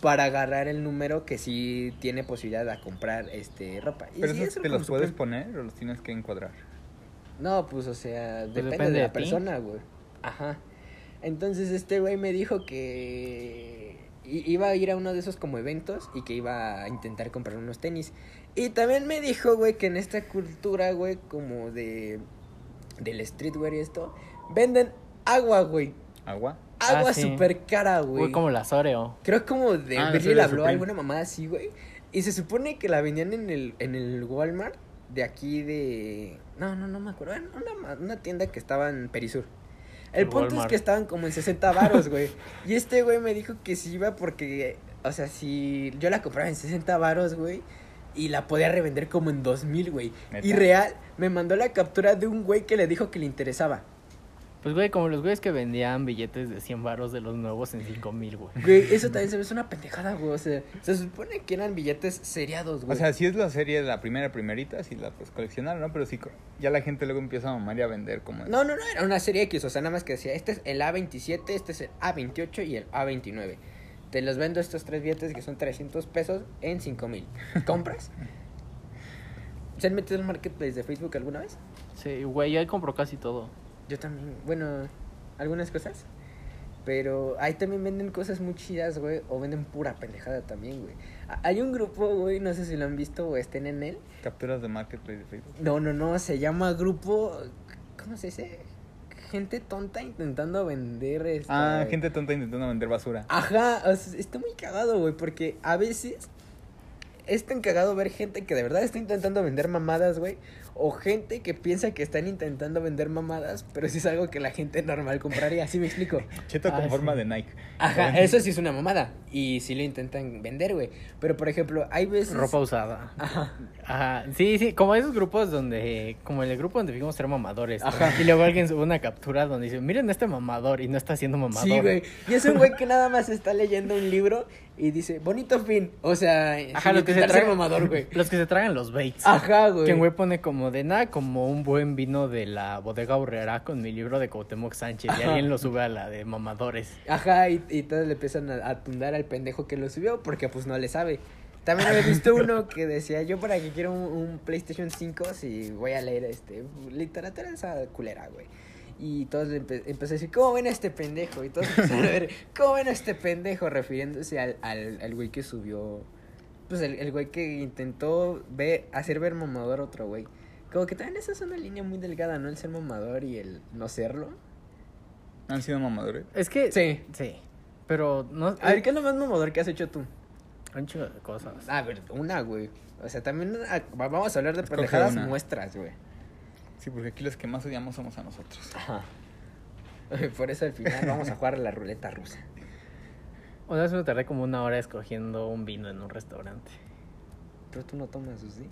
[SPEAKER 1] para agarrar el número que sí tiene posibilidad de comprar este ropa. Y
[SPEAKER 2] Pero
[SPEAKER 1] sí,
[SPEAKER 2] esos
[SPEAKER 1] eso
[SPEAKER 2] te
[SPEAKER 1] como
[SPEAKER 2] los puedes
[SPEAKER 1] super-
[SPEAKER 2] poner o los tienes que encuadrar.
[SPEAKER 1] No, pues o sea, depende,
[SPEAKER 3] depende
[SPEAKER 1] de la
[SPEAKER 3] de ti.
[SPEAKER 1] persona, güey. Ajá. Entonces este güey me dijo que i- iba a ir a uno de esos como eventos y que iba a intentar comprar unos tenis. Y también me dijo, güey, que en esta cultura, güey, como de del streetwear y esto, venden agua, güey.
[SPEAKER 2] Agua.
[SPEAKER 3] Ah,
[SPEAKER 1] Agua
[SPEAKER 3] sí.
[SPEAKER 1] súper cara, güey.
[SPEAKER 3] Güey, como las Oreo.
[SPEAKER 1] Creo como de
[SPEAKER 2] Ah, no,
[SPEAKER 1] Virgil
[SPEAKER 2] sí, de
[SPEAKER 1] habló
[SPEAKER 2] Supreme.
[SPEAKER 1] alguna mamada así, güey. Y se supone que la vendían en el, en el Walmart de aquí de. No, no, no me acuerdo. Era Una, ma- una tienda que estaba en Perisur. El,
[SPEAKER 3] El
[SPEAKER 1] punto es
[SPEAKER 3] Walmart.
[SPEAKER 1] que estaban como en 60 varos, güey. y este güey me dijo que si iba porque. O sea, si yo la compraba en 60 varos, güey. Y la podía revender como en 2000, güey.
[SPEAKER 2] ¿Neta?
[SPEAKER 1] Y real, me mandó la captura de un güey que le dijo que le interesaba.
[SPEAKER 3] Pues, güey, como los güeyes que vendían billetes de 100 varos de los nuevos en 5 mil, güey.
[SPEAKER 1] Güey, eso también se me hace una pendejada, güey. O sea, se supone que eran billetes seriados,
[SPEAKER 2] O
[SPEAKER 1] güey.
[SPEAKER 2] sea, si es la serie de la primera primerita, si la pues coleccionaron, ¿no? Pero sí, co- ya la gente luego empieza a mamar y a vender como...
[SPEAKER 1] No, no, no, era una serie X, o sea, nada más que decía, este es el A27, este es el A28 y el A29. Te los vendo estos tres billetes que son 300 pesos en 5 mil. ¿Compras? ¿Se han metido en el marketplace de Facebook alguna vez?
[SPEAKER 3] Sí, güey, yo ahí compro casi todo.
[SPEAKER 1] Yo también, bueno, algunas cosas. Pero ahí también venden cosas muy chidas, güey. O venden pura pendejada también, güey. Ah, Hay un grupo, güey, no sé si lo han visto o estén en él.
[SPEAKER 2] Capturas de marketplace de Facebook.
[SPEAKER 1] No, no, no, se llama grupo. ¿Cómo se dice? Gente tonta intentando vender. esta-
[SPEAKER 2] Ah, gente tonta intentando vender basura.
[SPEAKER 1] Ajá, o sea, está muy cagado, güey, porque a veces es tan cagado ver gente que de verdad está intentando vender mamadas, güey. O gente que piensa que están intentando vender mamadas, pero sí es algo que la gente normal compraría, así me explico.
[SPEAKER 2] Cheto con
[SPEAKER 3] Ah,
[SPEAKER 2] forma
[SPEAKER 3] sí.
[SPEAKER 2] de Nike.
[SPEAKER 1] Ajá, eso sí es una mamada. Y sí lo intentan vender, güey. Pero por ejemplo, hay veces.
[SPEAKER 3] Ropa usada.
[SPEAKER 1] Ajá.
[SPEAKER 3] Ajá, sí, sí, como esos grupos donde, como el grupo donde vimos ser mamadores.
[SPEAKER 1] Ajá.
[SPEAKER 3] Y luego alguien sube una captura donde dice, miren este mamador y no está siendo mamador.
[SPEAKER 1] Sí, güey. Y es un güey que nada más está leyendo un libro y dice, bonito fin. O sea,
[SPEAKER 3] Ajá,
[SPEAKER 1] sin
[SPEAKER 3] los que se
[SPEAKER 1] intentar ser
[SPEAKER 3] tragan
[SPEAKER 1] mamador, güey.
[SPEAKER 3] Los que se tragan los baits.
[SPEAKER 1] Ajá,
[SPEAKER 3] Que
[SPEAKER 1] güey.
[SPEAKER 3] un güey pone como como de nada, como un buen vino de la bodega horrera con mi libro de Cuauhtémoc Sánchez. Y alguien lo sube a la de mamadores.
[SPEAKER 1] Ajá, y, y todos le empiezan a, a tundar al pendejo que lo subió porque pues no le sabe. También había visto uno que decía, yo para que quiero un, un PlayStation 5 si voy a leer este literatura esa culera, güey. Y todos le empe- empezó a decir, ¿cómo ven a este pendejo? Y todos empezaron a ver, ¿cómo ven a este pendejo? Refiriéndose al, al, al güey que subió, pues el, el güey que intentó ve- hacer ver mamador a otro güey. Como que también esa es una línea muy delgada, ¿no? El ser mamador y el no serlo.
[SPEAKER 2] ¿Han sido mamadores?
[SPEAKER 3] Es que.
[SPEAKER 1] Sí.
[SPEAKER 3] Sí. Pero no.
[SPEAKER 1] A ver, ¿qué es lo más mamador que has hecho tú?
[SPEAKER 3] Un chingo de cosas.
[SPEAKER 1] Ah, A ver, una, güey. O sea, también ah, va- vamos a hablar de
[SPEAKER 2] Escoge
[SPEAKER 1] pendejadas
[SPEAKER 2] una.
[SPEAKER 1] muestras, güey.
[SPEAKER 2] Sí, porque aquí los que más odiamos somos a nosotros.
[SPEAKER 1] Ajá. Por eso al final vamos a jugar a la ruleta rusa.
[SPEAKER 3] Una vez me tardé como una hora escogiendo un vino en un restaurante.
[SPEAKER 1] Pero tú no tomas, ¿sí?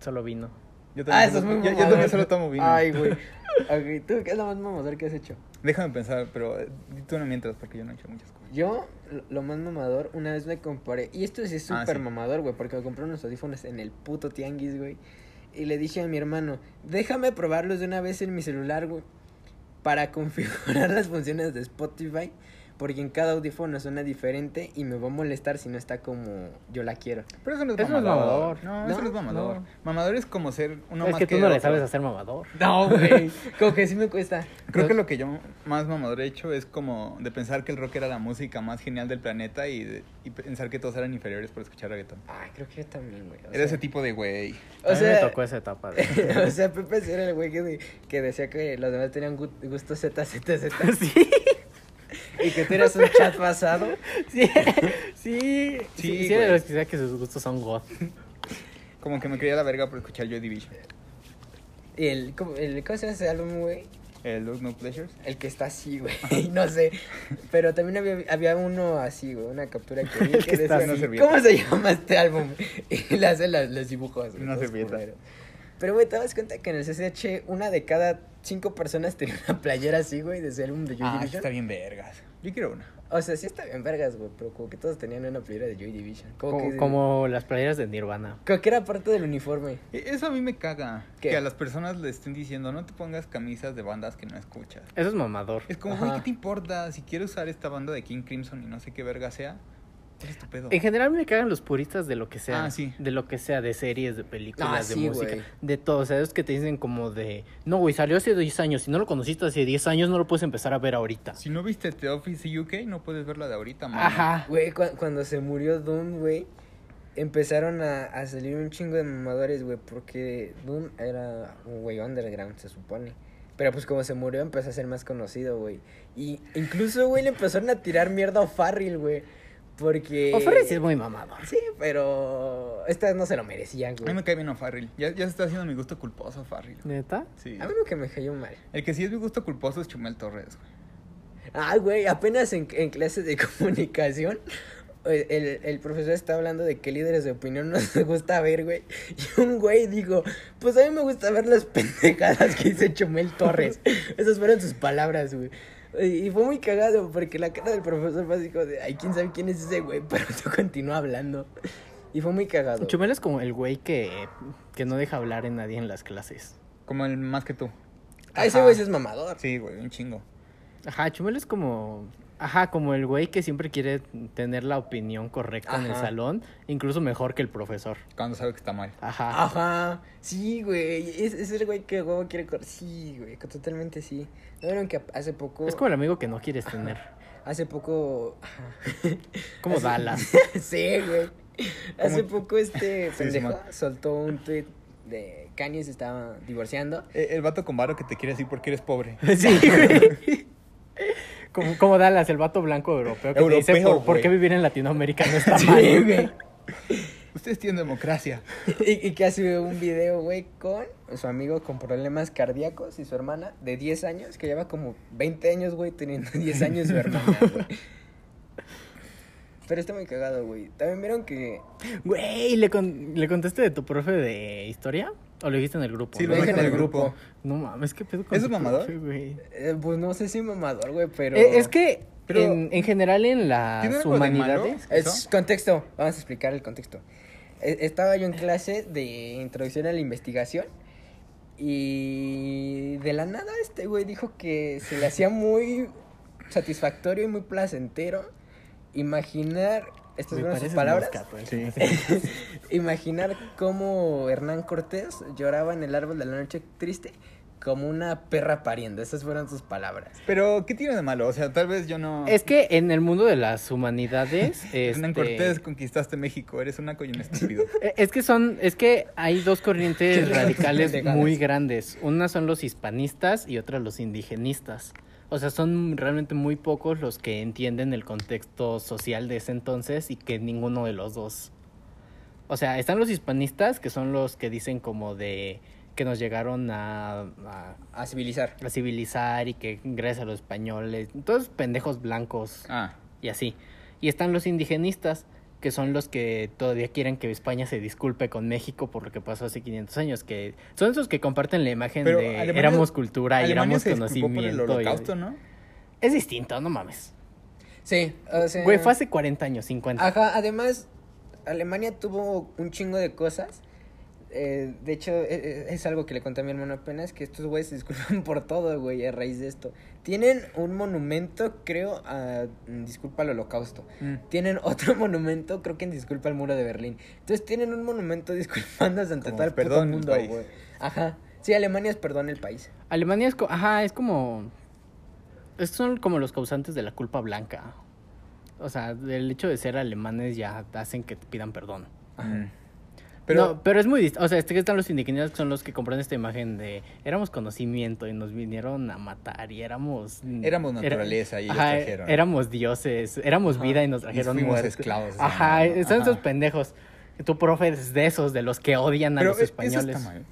[SPEAKER 3] Solo vino.
[SPEAKER 2] Yo también
[SPEAKER 1] Ah, eso es
[SPEAKER 2] solo- yo,
[SPEAKER 1] muy
[SPEAKER 2] yo
[SPEAKER 1] mamador.
[SPEAKER 2] también solo tomo vino.
[SPEAKER 1] Ay, güey. Ok, ¿Tú qué es lo más mamador que has hecho?
[SPEAKER 2] Déjame pensar, pero eh, tú no mientras, porque yo no he hecho muchas cosas.
[SPEAKER 1] Yo, lo- lo más mamador, una vez me compré. Y esto sí es
[SPEAKER 2] Ah,
[SPEAKER 1] súper
[SPEAKER 2] sí.
[SPEAKER 1] mamador, güey, porque me compré unos audífonos en el puto tianguis, güey. Y le dije a mi hermano, déjame probarlos de una vez en mi celular, güey, para configurar las funciones de Spotify, porque en cada audífono suena diferente y me va a molestar si no está como yo la quiero.
[SPEAKER 2] Pero eso no es
[SPEAKER 3] Eso no es
[SPEAKER 2] mamador.
[SPEAKER 3] mamador.
[SPEAKER 2] No,
[SPEAKER 1] No,
[SPEAKER 2] eso no es mamador.
[SPEAKER 3] no.
[SPEAKER 2] Mamador es como ser uno
[SPEAKER 3] es
[SPEAKER 2] más
[SPEAKER 3] que tú no le
[SPEAKER 2] otro.
[SPEAKER 3] sabes hacer mamador.
[SPEAKER 1] No, güey. como que sí me cuesta.
[SPEAKER 2] Creo que lo que yo más mamador he hecho es como de pensar que el rock era la música más genial del planeta y, de- y pensar que todos eran inferiores por escuchar reggaetón.
[SPEAKER 1] Ay, creo que yo también, güey. o
[SPEAKER 2] Era ese
[SPEAKER 1] sea-
[SPEAKER 2] tipo de güey.
[SPEAKER 1] O
[SPEAKER 3] a mí
[SPEAKER 1] sea,
[SPEAKER 3] me tocó esa etapa de.
[SPEAKER 1] o sea, Pepe sí era el güey que, de- que decía que los demás tenían gu- gusto Z, Z, Z.
[SPEAKER 3] sí.
[SPEAKER 1] Y que tú eras un chat basado.
[SPEAKER 3] Sí. Sí. Sí, sí era de
[SPEAKER 2] güey.
[SPEAKER 3] los que decía que sus gustos son God.
[SPEAKER 2] Como que me creía la verga por escuchar Joy Division.
[SPEAKER 1] Y el, ¿cómo- el, ¿Cómo se llama ese álbum, güey?
[SPEAKER 2] El Those No Pleasures.
[SPEAKER 1] El que está así, güey. No sé. Pero también había, había uno así, güey. Una captura que vi
[SPEAKER 3] El
[SPEAKER 1] que
[SPEAKER 3] que está
[SPEAKER 1] decía,
[SPEAKER 2] en una servilleta.
[SPEAKER 1] ¿cómo se llama este álbum? Y le hacen las- los dibujos. güey,
[SPEAKER 2] Una
[SPEAKER 1] todos
[SPEAKER 2] servilleta.
[SPEAKER 1] culeros. Pero, güey, ¿te das cuenta que en el CCH una de cada cinco personas tenía una playera así, güey, de ese álbum de Joy
[SPEAKER 2] Ah,
[SPEAKER 1] Division?
[SPEAKER 2] está bien vergas. Yo quiero una.
[SPEAKER 1] O sea, sí está bien vergas, güey, pero como que todos tenían una playera de Joy Division. Como,
[SPEAKER 3] Como,
[SPEAKER 1] que,
[SPEAKER 3] como las playeras de Nirvana.
[SPEAKER 1] como que era parte del uniforme.
[SPEAKER 2] E- Eso a mí me caga.
[SPEAKER 1] ¿Qué?
[SPEAKER 2] Que a las personas le estén diciendo no te pongas camisas de bandas que no escuchas.
[SPEAKER 3] Eso es mamador.
[SPEAKER 2] Es como, güey,
[SPEAKER 1] Ajá.
[SPEAKER 2] ¿qué te importa? Si quiero usar esta banda de King Crimson y no sé qué verga sea, eres tu pedo.
[SPEAKER 3] En general me cagan los puristas de lo que sea.
[SPEAKER 2] Ah, sí.
[SPEAKER 3] De lo que sea, de series, de películas,
[SPEAKER 1] Ah,
[SPEAKER 3] de
[SPEAKER 1] sí,
[SPEAKER 3] música.
[SPEAKER 1] güey.
[SPEAKER 3] De todo. O sea, esos que te dicen como de. No, güey, salió hace 10 años. Si no lo conociste hace 10 años, no lo puedes empezar a ver ahorita.
[SPEAKER 2] Si no viste The Office UK, no puedes verla de ahorita, mano.
[SPEAKER 3] Ajá.
[SPEAKER 1] Güey, cu- cuando se murió Doom, güey, empezaron a, a salir un chingo de mamadores, güey, porque Doom era un güey underground, se supone. Pero pues como se murió empezó a ser más conocido, güey. Y incluso, güey, le empezaron a tirar mierda a O'Farrill, güey. Porque...
[SPEAKER 3] O Ferris es muy mamador.
[SPEAKER 1] Sí, pero... Estas no se lo merecían,
[SPEAKER 2] A mí
[SPEAKER 1] güey.
[SPEAKER 2] me cae bien O'Farrill. Ya, ya se está haciendo mi gusto culposo, O'Farrill.
[SPEAKER 3] ¿Neta?
[SPEAKER 2] Sí.
[SPEAKER 1] A mí lo que me cayó mal.
[SPEAKER 2] El que sí es mi gusto culposo es Chumel Torres, güey.
[SPEAKER 1] Ah, güey, apenas en, en clases de comunicación. eh, El, el profesor está hablando de qué líderes de opinión nos gusta ver, güey. Y un güey dijo, pues a mí me gusta ver las pendejadas que dice Chumel Torres. Esas fueron sus palabras, güey. Y y fue muy cagado porque la cara del profesor fue así como de, ay, quién sabe quién es ese güey, pero tú continúa hablando. Y fue muy cagado.
[SPEAKER 3] Chumel es como el güey que, que no deja hablar a nadie en las clases.
[SPEAKER 2] Como el más que tú.
[SPEAKER 1] Ah, ese
[SPEAKER 3] Ajá.
[SPEAKER 1] güey sí es mamador.
[SPEAKER 2] Sí, güey, un chingo.
[SPEAKER 3] Ajá, Chumel es como. Ajá, como el güey que siempre quiere tener la opinión correcta en el
[SPEAKER 1] Ajá.
[SPEAKER 3] salón, incluso mejor que el profesor.
[SPEAKER 2] Cuando sabe que está mal.
[SPEAKER 3] Ajá.
[SPEAKER 2] Ah,
[SPEAKER 1] Ajá, sí, güey. Es, es el güey que huevo quiere cor- Sí, güey, que totalmente sí. ¿No vieron que hace poco.
[SPEAKER 2] oh.
[SPEAKER 3] Es como el amigo que no quieres tener.
[SPEAKER 1] Hace poco.
[SPEAKER 3] Como Dallas.
[SPEAKER 1] sí, güey. Hace
[SPEAKER 2] ¿Cómo?
[SPEAKER 1] poco este
[SPEAKER 2] Sí,
[SPEAKER 1] pendejo
[SPEAKER 2] Simón.
[SPEAKER 1] soltó un tweet de Kanye se estaba divorciando.
[SPEAKER 2] Eh, El vato con varo que te quiere decir porque eres pobre.
[SPEAKER 3] Sí, güey. Como, como Dallas, el vato blanco europeo que te dice
[SPEAKER 2] Europeo,
[SPEAKER 3] por, por qué
[SPEAKER 2] güey.
[SPEAKER 3] vivir en Latinoamérica no está
[SPEAKER 1] Sí,
[SPEAKER 3] mal.
[SPEAKER 1] güey.
[SPEAKER 2] Ustedes tienen democracia.
[SPEAKER 1] Y, y que hace un video, güey, con su amigo con problemas cardíacos y su hermana de 10 años, que lleva como 20 años, güey, teniendo 10 años su hermana, güey. Pero está muy cagado, güey. También vieron que
[SPEAKER 3] Güey, ¿le, con- ¿le contaste de tu profe de historia? ¿O lo dijiste en el grupo?
[SPEAKER 2] Sí,
[SPEAKER 1] lo
[SPEAKER 2] lo
[SPEAKER 1] dije
[SPEAKER 2] dije en
[SPEAKER 1] en el
[SPEAKER 2] el grupo.
[SPEAKER 1] grupo.
[SPEAKER 3] No mames, qué pedo con
[SPEAKER 2] ¿Eso
[SPEAKER 3] tu
[SPEAKER 2] es mamador?
[SPEAKER 3] profe, güey.
[SPEAKER 1] Eh, pues no sé si mamador, güey, pero.
[SPEAKER 3] Eh, es que
[SPEAKER 2] Pero-
[SPEAKER 3] en, en general en
[SPEAKER 2] ¿Tiene
[SPEAKER 3] las
[SPEAKER 2] algo de malo?
[SPEAKER 3] humanidades.
[SPEAKER 1] Es contexto. Vamos a explicar el contexto. E- Estaba yo en clase de introducción a la investigación. Y de la nada este güey dijo que se le hacía muy satisfactorio y muy placentero imaginar, estas
[SPEAKER 3] Güey,
[SPEAKER 1] fueron sus
[SPEAKER 3] pareces
[SPEAKER 1] palabras,
[SPEAKER 3] mosca, pues.
[SPEAKER 2] Sí.
[SPEAKER 1] imaginar cómo Hernán Cortés lloraba en el árbol de la noche triste como una perra pariendo. Esas fueron sus palabras.
[SPEAKER 2] Pero, ¿qué tiene de malo? O sea, tal vez yo no.
[SPEAKER 3] Es que en el mundo de las humanidades.
[SPEAKER 2] Hernán
[SPEAKER 3] este,
[SPEAKER 2] Cortés, conquistaste México, eres un naco y un estúpido.
[SPEAKER 3] Eh, Es que son, es que hay dos corrientes
[SPEAKER 1] Qué
[SPEAKER 3] radicales
[SPEAKER 1] pendejadas.
[SPEAKER 3] muy grandes. Una son los hispanistas y otra los indigenistas. O sea, son realmente muy pocos los que entienden el contexto social de ese entonces y que ninguno de los dos. O sea, están los hispanistas, que son los que dicen como de que nos llegaron a, a-
[SPEAKER 1] A civilizar.
[SPEAKER 3] a civilizar y que gracias a los españoles, todos pendejos blancos
[SPEAKER 2] Ah,
[SPEAKER 3] y así. Y están los indigenistas, que son los que todavía quieren que España se disculpe con México por lo que pasó hace 500 años, que son esos que comparten la imagen
[SPEAKER 2] Pero
[SPEAKER 3] de
[SPEAKER 2] Alemania-
[SPEAKER 3] éramos cultura y
[SPEAKER 2] Alemania
[SPEAKER 3] éramos
[SPEAKER 2] se disculpó por el
[SPEAKER 3] conocimiento. y-
[SPEAKER 2] holocausto, ¿no?
[SPEAKER 3] Es distinto, no mames.
[SPEAKER 1] Sí, Ah. o sea...
[SPEAKER 3] Güey, fue hace 40 años, 50.
[SPEAKER 1] Ajá, además, Alemania tuvo un chingo de cosas. Eh, de hecho, e- e- es algo que le conté a mi hermano apenas, que estos güeyes se disculpan por todo, güey, a raíz de esto. Tienen un monumento, creo, a en Disculpa al Holocausto.
[SPEAKER 2] Mm.
[SPEAKER 1] Tienen otro monumento, creo que en Disculpa al Muro de Berlín. Entonces tienen un monumento disculpándose ante
[SPEAKER 2] Como
[SPEAKER 1] todo el puto
[SPEAKER 2] perdón,
[SPEAKER 1] mundo,
[SPEAKER 2] país.
[SPEAKER 1] güey. Ajá. Sí, Alemania es perdón el país.
[SPEAKER 3] Alemania es, co- ajá, es como... Estos son como los causantes de la culpa blanca. O sea, el hecho de ser alemanes ya hacen que te pidan perdón.
[SPEAKER 2] Mm.
[SPEAKER 3] Pero,
[SPEAKER 2] Pero,
[SPEAKER 3] pero es muy distinto. O sea, este que están los indígenas que son los que compran esta imagen de éramos conocimiento y nos vinieron a matar y éramos.
[SPEAKER 2] Éramos
[SPEAKER 3] era-
[SPEAKER 2] naturaleza y ellos
[SPEAKER 3] Ajá,
[SPEAKER 2] trajeron.
[SPEAKER 3] Éramos dioses, éramos
[SPEAKER 1] Ajá.
[SPEAKER 3] vida y nos
[SPEAKER 2] y
[SPEAKER 3] trajeron
[SPEAKER 2] fuimos
[SPEAKER 3] muerte.
[SPEAKER 2] esclavos. de esa
[SPEAKER 3] Ajá,
[SPEAKER 2] mierda.
[SPEAKER 3] son esos
[SPEAKER 2] Ajá.
[SPEAKER 3] pendejos. Tu profe es de esos, de los que odian a
[SPEAKER 2] Pero
[SPEAKER 3] los
[SPEAKER 2] e- eso está
[SPEAKER 3] españoles.
[SPEAKER 2] mal.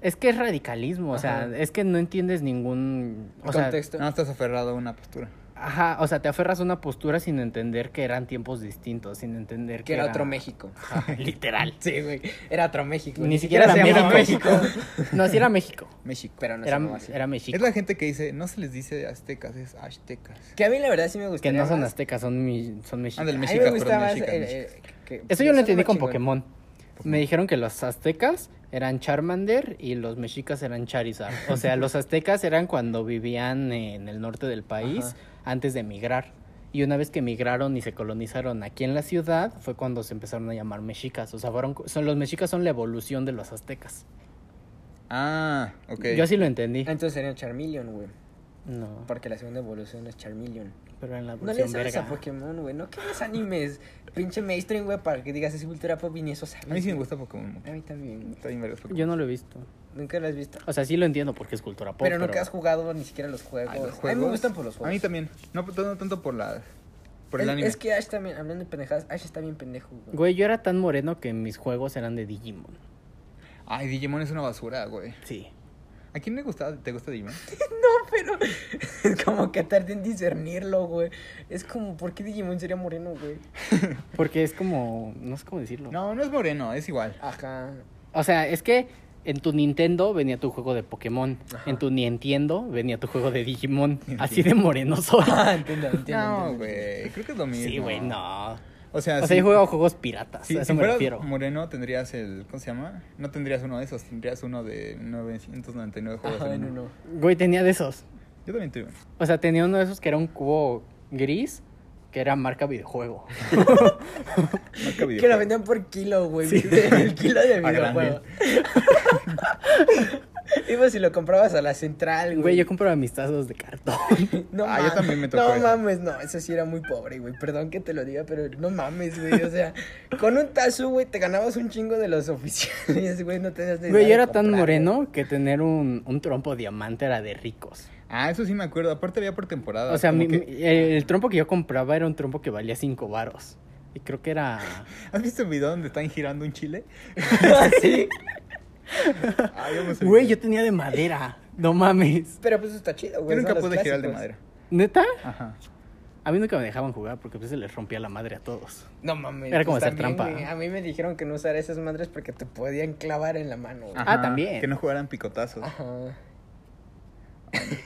[SPEAKER 3] Es que es radicalismo, o sea,
[SPEAKER 1] Ajá.
[SPEAKER 3] es que no entiendes ningún. O sea,
[SPEAKER 1] Contexto.
[SPEAKER 2] No estás aferrado a una postura.
[SPEAKER 3] ajá, o sea, te aferras a una postura sin entender que eran tiempos distintos, sin entender que,
[SPEAKER 1] que era otro México.
[SPEAKER 3] Ajá, literal.
[SPEAKER 1] Sí, güey. Era otro México.
[SPEAKER 3] Ni siquiera
[SPEAKER 1] se
[SPEAKER 3] era
[SPEAKER 1] llamaba
[SPEAKER 3] México. No, sí era México.
[SPEAKER 2] México.
[SPEAKER 1] Pero no se
[SPEAKER 3] era,
[SPEAKER 1] llamaba así.
[SPEAKER 3] era México.
[SPEAKER 2] Es la gente que dice, no se les dice aztecas, es aztecas.
[SPEAKER 1] Que a mí la verdad sí me
[SPEAKER 3] Que
[SPEAKER 1] gustaría.
[SPEAKER 3] no son
[SPEAKER 1] más.
[SPEAKER 3] aztecas, son, mi- son mexicas.
[SPEAKER 2] Ándale,
[SPEAKER 1] A mí
[SPEAKER 2] mexicas, perdón,
[SPEAKER 1] me gustaba más
[SPEAKER 2] mexicas,
[SPEAKER 1] el-
[SPEAKER 2] mexicas.
[SPEAKER 1] el- que-
[SPEAKER 3] Eso yo lo
[SPEAKER 1] son
[SPEAKER 3] entendí
[SPEAKER 1] más
[SPEAKER 3] con
[SPEAKER 1] chingón.
[SPEAKER 3] Pokémon. Me dijeron que los aztecas eran Charmander y los mexicas eran Charizard. O sea, los aztecas eran cuando vivían en el norte del país
[SPEAKER 1] Ajá.
[SPEAKER 3] antes de emigrar. Y una vez que emigraron y se colonizaron aquí en la ciudad, fue cuando se empezaron a llamar mexicas. O sea, fueron, son, los mexicas son la evolución de los aztecas.
[SPEAKER 2] Ah, ok.
[SPEAKER 3] Yo así lo entendí.
[SPEAKER 1] Entonces sería Charmeleon, güey.
[SPEAKER 3] No,
[SPEAKER 1] Porque la segunda evolución es Charmeleon.
[SPEAKER 3] pero en la
[SPEAKER 1] No le
[SPEAKER 3] evolución
[SPEAKER 1] sabes a
[SPEAKER 3] verga.
[SPEAKER 1] Pokémon, güey. No quieres animes. Pinche mainstream, güey, para que digas es cultura pop y ni eso sabes.
[SPEAKER 2] A mí sí me
[SPEAKER 1] güey.
[SPEAKER 2] gusta Pokémon mucho.
[SPEAKER 1] A mí también. güey.
[SPEAKER 2] Está bien vergas Pokémon.
[SPEAKER 3] Yo no lo he visto.
[SPEAKER 1] Nunca lo has visto.
[SPEAKER 3] O sea, sí lo entiendo porque es cultura pop.
[SPEAKER 1] pero nunca has jugado ni siquiera los juegos.
[SPEAKER 2] Ah, los
[SPEAKER 1] A mí
[SPEAKER 2] juegos.
[SPEAKER 1] me gustan por los juegos.
[SPEAKER 2] A mí también. No, p- no tanto por la... Por el,
[SPEAKER 1] es,
[SPEAKER 2] anime.
[SPEAKER 1] es que Ash también, hablando de pendejadas, Ash está bien pendejo, güey.
[SPEAKER 3] Güey, yo era tan moreno que mis juegos eran de Digimon.
[SPEAKER 2] Ay, Digimon es una basura, güey.
[SPEAKER 3] Sí.
[SPEAKER 2] ¿A quién le gusta, te gusta Digimon?
[SPEAKER 1] No, pero es como que tardé en discernirlo, güey. Es como, ¿por qué Digimon sería moreno, güey?
[SPEAKER 3] Porque es como, no sé cómo decirlo.
[SPEAKER 2] No, no es moreno, es igual.
[SPEAKER 1] Ajá.
[SPEAKER 3] O sea, es que en tu Nintendo venía tu juego de Pokémon,
[SPEAKER 1] Ajá.
[SPEAKER 3] en tu Nintendo venía tu juego de Digimon, así de moreno soy.
[SPEAKER 1] Ah, entiendo, entiendo.
[SPEAKER 2] No,
[SPEAKER 1] entiendo.
[SPEAKER 2] güey. Creo que es lo mismo.
[SPEAKER 3] sí, güey, no.
[SPEAKER 2] O sea,
[SPEAKER 3] O
[SPEAKER 2] sí-
[SPEAKER 3] sea, yo jugaba juegos piratas,
[SPEAKER 2] Sí,
[SPEAKER 3] a eso
[SPEAKER 2] si
[SPEAKER 3] me
[SPEAKER 2] fueras
[SPEAKER 3] refiero.
[SPEAKER 2] moreno tendrías el... ¿Cómo se llama? No tendrías uno de esos, tendrías uno de 999 juegos.
[SPEAKER 1] Ajá,
[SPEAKER 2] en
[SPEAKER 1] no,
[SPEAKER 2] uno.
[SPEAKER 1] no.
[SPEAKER 3] Güey, tenía de esos.
[SPEAKER 2] Yo también tuve uno.
[SPEAKER 3] O sea, tenía uno de esos que era un cubo gris, que era marca videojuego.
[SPEAKER 2] Marca
[SPEAKER 1] Que lo
[SPEAKER 2] videojuego.
[SPEAKER 1] vendían por kilo, güey. El kilo de
[SPEAKER 2] A
[SPEAKER 1] videojuego. Ibas y lo comprabas a la central,
[SPEAKER 3] Güey,
[SPEAKER 1] güey.
[SPEAKER 3] yo compraba mis tazos de cartón.
[SPEAKER 1] No
[SPEAKER 2] Ah, yo
[SPEAKER 1] mames,
[SPEAKER 2] también me tocó
[SPEAKER 1] No
[SPEAKER 2] eso.
[SPEAKER 1] mames, no, eso sí era muy pobre, güey. Perdón que te lo diga, pero no mames, güey. O sea, con un tazo, güey, te ganabas un chingo de los oficiales, güey. No tenías necesidad
[SPEAKER 3] Güey,
[SPEAKER 1] de
[SPEAKER 3] yo era tan
[SPEAKER 1] comprar,
[SPEAKER 3] moreno que tener un, un trompo diamante era de ricos.
[SPEAKER 2] Ah, eso sí me acuerdo. Aparte había por temporada.
[SPEAKER 3] O sea,
[SPEAKER 2] como
[SPEAKER 3] mi-
[SPEAKER 2] Ah, que-
[SPEAKER 3] mi- el, el trompo que yo compraba era un trompo que valía cinco varos. Y creo que era...
[SPEAKER 2] ¿Has visto el video donde están girando un chile?
[SPEAKER 1] güey. sí.
[SPEAKER 2] Ah, yo no sé.
[SPEAKER 3] Güey, yo tenía de madera. No mames.
[SPEAKER 1] Pero pues está chido,
[SPEAKER 2] Yo
[SPEAKER 1] güey.
[SPEAKER 2] nunca
[SPEAKER 1] son los
[SPEAKER 2] pude girar de
[SPEAKER 1] clásicos.
[SPEAKER 2] madera.
[SPEAKER 3] ¿Neta?
[SPEAKER 2] Ajá.
[SPEAKER 3] A mí nunca me dejaban jugar porque a veces les rompía la madre a todos.
[SPEAKER 1] No mames.
[SPEAKER 3] Era como
[SPEAKER 1] pues,
[SPEAKER 3] hacer
[SPEAKER 1] también,
[SPEAKER 3] trampa.
[SPEAKER 1] güey. A mí me dijeron que no usara esas madres porque te podían clavar en la mano, güey.
[SPEAKER 3] Ah. también.
[SPEAKER 2] Que no jugaran picotazos.
[SPEAKER 1] Ajá.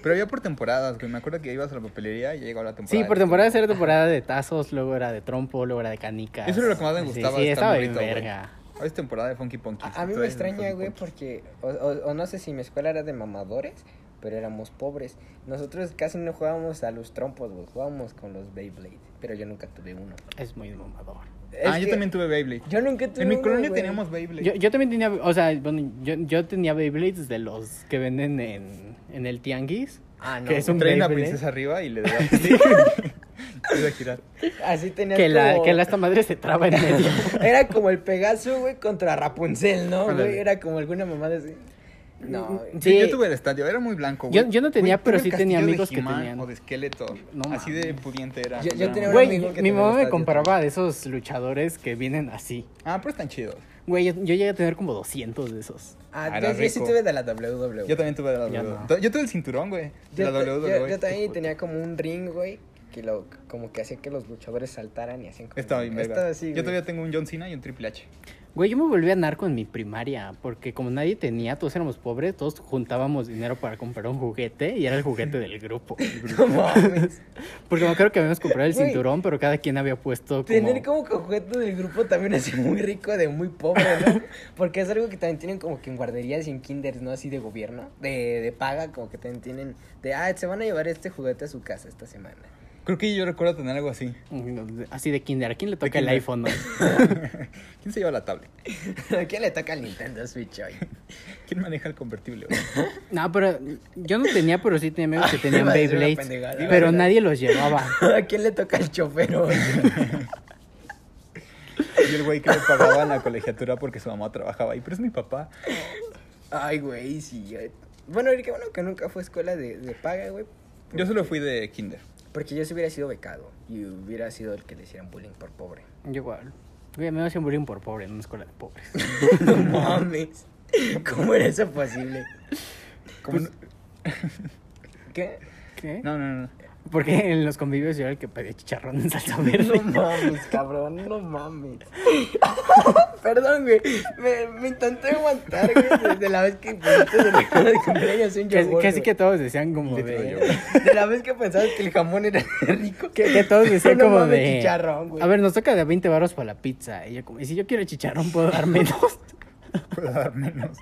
[SPEAKER 2] Pero había por temporadas, güey. Me acuerdo que ibas a la papelería y ya llegaba la temporada.
[SPEAKER 3] Sí, por temporadas era temporada de tazos, luego era de trompo, luego era de canicas.
[SPEAKER 2] Eso era lo que más me gustaba
[SPEAKER 3] Sí,
[SPEAKER 2] de
[SPEAKER 3] sí
[SPEAKER 2] estar
[SPEAKER 3] estaba bien
[SPEAKER 2] morrito, güey.
[SPEAKER 3] verga.
[SPEAKER 2] Hoy es temporada de Funky Punky.
[SPEAKER 1] A, a mí me extraña, güey, porque. O, o- o no sé si mi escuela era de mamadores, pero éramos pobres. Nosotros casi no jugábamos a los trompos, güey. Jugábamos con los Beyblade. Pero yo nunca tuve uno.
[SPEAKER 3] Es muy mamador.
[SPEAKER 1] Es
[SPEAKER 2] Ah, yo
[SPEAKER 1] que
[SPEAKER 2] también tuve Beyblade.
[SPEAKER 1] Yo nunca tuve
[SPEAKER 2] En mi
[SPEAKER 1] uno,
[SPEAKER 2] colonia
[SPEAKER 1] güey.
[SPEAKER 2] teníamos Beyblade.
[SPEAKER 3] Yo, yo también tenía, o sea, bueno, yo, yo tenía Beyblades de los que venden en, en el tianguis.
[SPEAKER 1] Ah, no.
[SPEAKER 3] que es un
[SPEAKER 2] Traen a
[SPEAKER 3] Beyblade.
[SPEAKER 2] princesa arriba y le da Empieza a girar.
[SPEAKER 1] güey. Así tenías
[SPEAKER 3] Que la,
[SPEAKER 1] como-
[SPEAKER 3] que la esta madre se traba en medio.
[SPEAKER 1] Era como el Pegaso, güey, contra Rapunzel, ¿no, güey?
[SPEAKER 2] Ándale. Mm,
[SPEAKER 1] Era como alguna mamada así. No, güey.
[SPEAKER 3] Sí.
[SPEAKER 2] Sí, yo tuve el estadio, era muy blanco.
[SPEAKER 3] Yo-
[SPEAKER 2] güey.
[SPEAKER 3] yo no tenía,
[SPEAKER 2] Güey,
[SPEAKER 3] pero
[SPEAKER 2] tuve
[SPEAKER 3] sí
[SPEAKER 2] el
[SPEAKER 3] tenía
[SPEAKER 2] castillo de
[SPEAKER 3] amigos que
[SPEAKER 2] He-Man
[SPEAKER 3] tenían.
[SPEAKER 2] O de Skeletor.
[SPEAKER 3] No
[SPEAKER 2] Así de pudiente era.
[SPEAKER 1] Yo- yo
[SPEAKER 2] era muy-
[SPEAKER 1] tenía un
[SPEAKER 3] Güey,
[SPEAKER 1] amigo que
[SPEAKER 3] mi
[SPEAKER 1] tenía
[SPEAKER 3] mamá me
[SPEAKER 1] estadio
[SPEAKER 3] comparaba de esos luchadores que vienen así.
[SPEAKER 2] Ah, pero están chidos.
[SPEAKER 3] Güey, yo, yo llegué a tener como 200 de esos.
[SPEAKER 1] Ah,
[SPEAKER 2] Ah,
[SPEAKER 1] yo,
[SPEAKER 2] era
[SPEAKER 1] yo sí
[SPEAKER 2] rico.
[SPEAKER 1] tuve de la WWE.
[SPEAKER 2] Yo también tuve de la
[SPEAKER 3] Yo
[SPEAKER 2] WWE.
[SPEAKER 3] no.
[SPEAKER 2] Yo tuve el cinturón, güey. De la E.
[SPEAKER 1] Yo- yo-
[SPEAKER 2] WWE.
[SPEAKER 1] yo también tenía como un ring, güey, que lo, como que hacía que los luchadores saltaran y hacían como...
[SPEAKER 2] Estaba bien, verga.
[SPEAKER 1] Estaba así,
[SPEAKER 2] Yo
[SPEAKER 1] güey.
[SPEAKER 2] todavía tengo un John Cena y un Triple H.
[SPEAKER 3] Güey, yo me volví a narco en mi primaria, porque como nadie tenía, todos éramos pobres, todos juntábamos dinero para comprar un juguete y era el juguete del grupo.
[SPEAKER 1] No mames.
[SPEAKER 3] Porque me acuerdo que habíamos comprado el
[SPEAKER 1] Güey.
[SPEAKER 3] cinturón, pero cada quien había puesto como...
[SPEAKER 1] Tener como que objeto del grupo también hace muy rico de muy pobre, ¿no? Porque es algo que también tienen como que en guarderías y en kinders, ¿no? Así de gobierno, de, de paga, como que también tienen de, ah, se van a llevar este juguete a su casa esta semana.
[SPEAKER 2] Creo que yo recuerdo tener algo así.
[SPEAKER 3] Así de kinder, ¿a quién le toca el
[SPEAKER 2] kinder.
[SPEAKER 3] iPhone? hoy?
[SPEAKER 2] ¿Quién se lleva la tablet?
[SPEAKER 1] ¿A quién le toca el Nintendo Switch hoy?
[SPEAKER 2] ¿Quién maneja el convertible? güey?
[SPEAKER 3] No, pero yo no tenía, pero sí tenía amigos que tenían
[SPEAKER 1] Iba a decir una
[SPEAKER 3] Beyblades,
[SPEAKER 1] pendejada.
[SPEAKER 3] pero nadie los llevaba.
[SPEAKER 1] ¿A quién le toca el chofer hoy?
[SPEAKER 2] Y el güey que le pagaba en la colegiatura porque su mamá trabajaba ahí, pero es mi papá.
[SPEAKER 1] Ay, güey, sí. eh. Bueno, qué bueno que nunca fue escuela de, de paga, güey.
[SPEAKER 2] Yo solo fui de kinder.
[SPEAKER 1] Porque yo si hubiera sido becado y hubiera sido el que le hicieran bullying por pobre.
[SPEAKER 3] Yo igual. Güey, me hacían bullying por pobre en una escuela de pobres.
[SPEAKER 1] No mames. ¿Cómo era eso posible? Pues,
[SPEAKER 2] Como
[SPEAKER 1] ¿Qué?
[SPEAKER 3] ¿Qué?
[SPEAKER 2] no, no, no, no.
[SPEAKER 3] Porque en los convivios yo era el que pedía chicharrón en salsa
[SPEAKER 1] No
[SPEAKER 3] verde.
[SPEAKER 1] mames, cabrón, no mames. Perdón, gügüey. Me, me intenté aguantar, güey, desde la vez que pusiste de regalo de cumpleaños un
[SPEAKER 3] Que-
[SPEAKER 1] yogur,
[SPEAKER 3] Casi
[SPEAKER 1] güey.
[SPEAKER 3] que todos decían como de...
[SPEAKER 2] Yo-
[SPEAKER 1] De la vez que pensabas que el jamón era rico.
[SPEAKER 3] Que, que todos decían
[SPEAKER 1] No
[SPEAKER 3] como
[SPEAKER 1] mames,
[SPEAKER 3] de...
[SPEAKER 1] chicharrón, güey.
[SPEAKER 3] A ver, nos toca de 20 baros para la pizza. Y yo como, "Y si yo quiero chicharrón, ¿puedo dar menos?
[SPEAKER 2] puedo dar menos.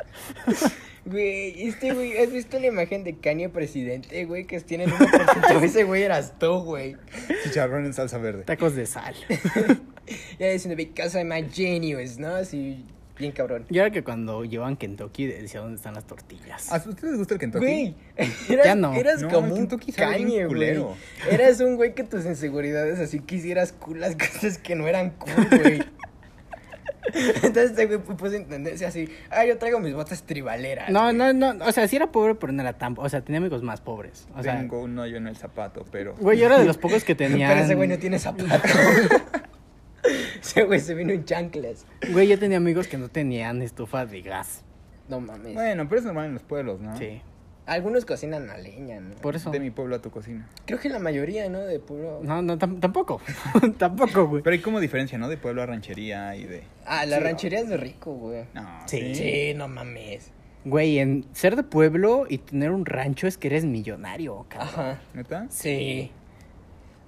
[SPEAKER 1] Güey, este güey, ¿has visto la imagen de Kanye presidente, güey? Que tienen un porcentaje, ese güey eras tú, güey.
[SPEAKER 2] Chicharrón en salsa verde.
[SPEAKER 3] Tacos de sal.
[SPEAKER 1] Ya diciendo, because I'm a genius, ¿no? Así, bien cabrón.
[SPEAKER 3] Yo era que cuando llevan Kentucky decía dónde están las tortillas.
[SPEAKER 1] Ah,
[SPEAKER 2] ¿A ustedes les gusta el Kentucky?
[SPEAKER 1] Güey, eras,
[SPEAKER 3] Ya no.
[SPEAKER 1] eras
[SPEAKER 2] No,
[SPEAKER 1] como
[SPEAKER 2] el
[SPEAKER 1] un
[SPEAKER 2] Kentucky sabe bien
[SPEAKER 1] Kanye, güey.
[SPEAKER 2] culero.
[SPEAKER 1] Eras un güey que tus inseguridades así quisieras cool las cosas que no eran cool, güey. Entonces este güey puso en tendencia así, ah, yo traigo mis botas tribaleras.
[SPEAKER 3] No,
[SPEAKER 1] güey.
[SPEAKER 3] no, no. O sea, sí era pobre, pero no era tan... O sea, tenía amigos más pobres. O sea,
[SPEAKER 2] Tengo un hoyo en el zapato, pero...
[SPEAKER 3] güey, yo era de los pocos que tenía...
[SPEAKER 1] Pero ese güey no tiene zapatos. ese güey se vino en chanclas.
[SPEAKER 3] Güey, yo tenía amigos que no tenían estufa de gas.
[SPEAKER 1] No mames.
[SPEAKER 2] Bueno, pero es normal en los pueblos,
[SPEAKER 1] Ah.
[SPEAKER 2] ¿no?
[SPEAKER 3] Sí.
[SPEAKER 1] Algunos cocinan a leña, ¿no?
[SPEAKER 3] Por eso.
[SPEAKER 2] De mi pueblo a tu cocina.
[SPEAKER 1] Creo que la mayoría, ¿no? De puro...
[SPEAKER 3] No, no, tam- tampoco. tampoco, güey.
[SPEAKER 2] Pero hay como diferencia, ¿no? De pueblo a ranchería y de...
[SPEAKER 1] Ah, la ranchería es de rico, güey.
[SPEAKER 2] No,
[SPEAKER 3] Sí.
[SPEAKER 1] Sí, no mames.
[SPEAKER 3] Güey, en ser de pueblo y tener un rancho es que eres millonario, cabrón.
[SPEAKER 1] Ajá.
[SPEAKER 2] ¿Neta?
[SPEAKER 1] Sí.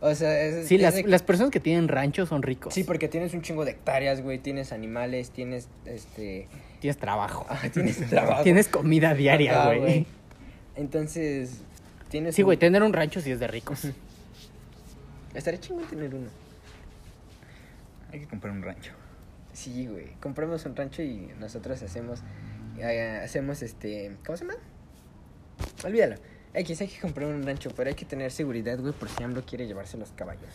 [SPEAKER 1] O sea, es...
[SPEAKER 3] Sí,
[SPEAKER 1] es
[SPEAKER 3] las,
[SPEAKER 1] de-
[SPEAKER 3] las personas que tienen rancho son ricos.
[SPEAKER 1] Sí, porque tienes un chingo de hectáreas, güey. Tienes animales, tienes, este...
[SPEAKER 3] Tienes trabajo.
[SPEAKER 1] ah, tienes trabajo.
[SPEAKER 3] Tienes comida
[SPEAKER 1] Ajá,
[SPEAKER 3] diaria, güey.
[SPEAKER 1] Entonces, tienes...
[SPEAKER 3] Sí,
[SPEAKER 1] un-
[SPEAKER 3] güey, tener un rancho sí es de ricos.
[SPEAKER 1] Estaría chingón tener uno.
[SPEAKER 2] Hay que comprar un rancho.
[SPEAKER 1] Sí, güey. Compramos un rancho y nosotros hacemos. eh, hacemos este. ¿Cómo se llama? Olvídalo. X, hay que comprar un rancho, pero hay que tener seguridad, güey, por si AMLO quiere llevarse los caballos.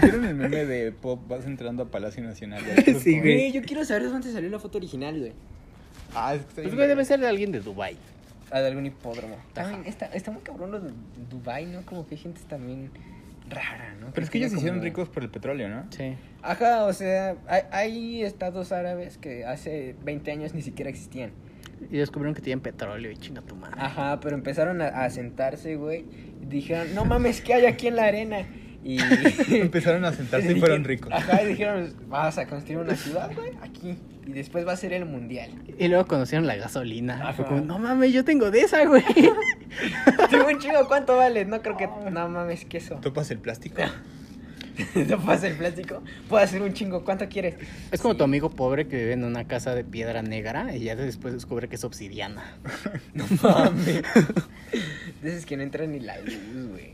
[SPEAKER 2] ¿Vieron el meme de Pop? Vas entrando a Palacio Nacional. y ahí estás
[SPEAKER 3] Sí,
[SPEAKER 2] como-
[SPEAKER 3] güey.
[SPEAKER 1] yo quiero saber de dónde salió la foto original, güey.
[SPEAKER 2] Ah, es que está
[SPEAKER 3] Pues,
[SPEAKER 2] bien
[SPEAKER 3] güey,
[SPEAKER 2] verga.
[SPEAKER 3] debe ser de alguien de Dubai.
[SPEAKER 1] Ah, de algún hipódromo.
[SPEAKER 3] Ajá.
[SPEAKER 1] Ay, está, está muy cabrón los de Dubai, ¿no? Como que hay gente también rara, ¿no?
[SPEAKER 2] Pero es que ellos se
[SPEAKER 1] tiene
[SPEAKER 2] hicieron
[SPEAKER 1] como-
[SPEAKER 2] ricos por el petróleo, ¿no?
[SPEAKER 3] Sí.
[SPEAKER 1] Ajá, o sea, hay, hay estados árabes que hace 20 años ni siquiera existían.
[SPEAKER 3] Y descubrieron que tienen petróleo y chinga tu madre.
[SPEAKER 1] Ajá, pero empezaron a, a sentarse, güey. y Dijeron, no mames, ¿qué hay aquí en la arena? Y.
[SPEAKER 2] Empezaron a sentarse y fueron ricos.
[SPEAKER 3] Ah.
[SPEAKER 1] Ajá, y dijeron, vas a construir una ciudad, güey, aquí. Y después va a ser el mundial.
[SPEAKER 3] Y luego conocieron la gasolina. Y Fue
[SPEAKER 1] Ajá.
[SPEAKER 3] como, no mames, yo tengo de esa, güey.
[SPEAKER 1] Tengo un chingo, ¿cuánto vale? No creo que. No mames, que eso.
[SPEAKER 3] Ah.
[SPEAKER 2] Topas el plástico.
[SPEAKER 1] te pasa el plástico, puedo hacer un chingo, ¿cuánto quieres?
[SPEAKER 3] Es como
[SPEAKER 1] Sí.
[SPEAKER 3] tu amigo pobre que vive en una casa de piedra negra y ya después descubre que es obsidiana.
[SPEAKER 1] No mames. De esos que no entra ni la luz, güey.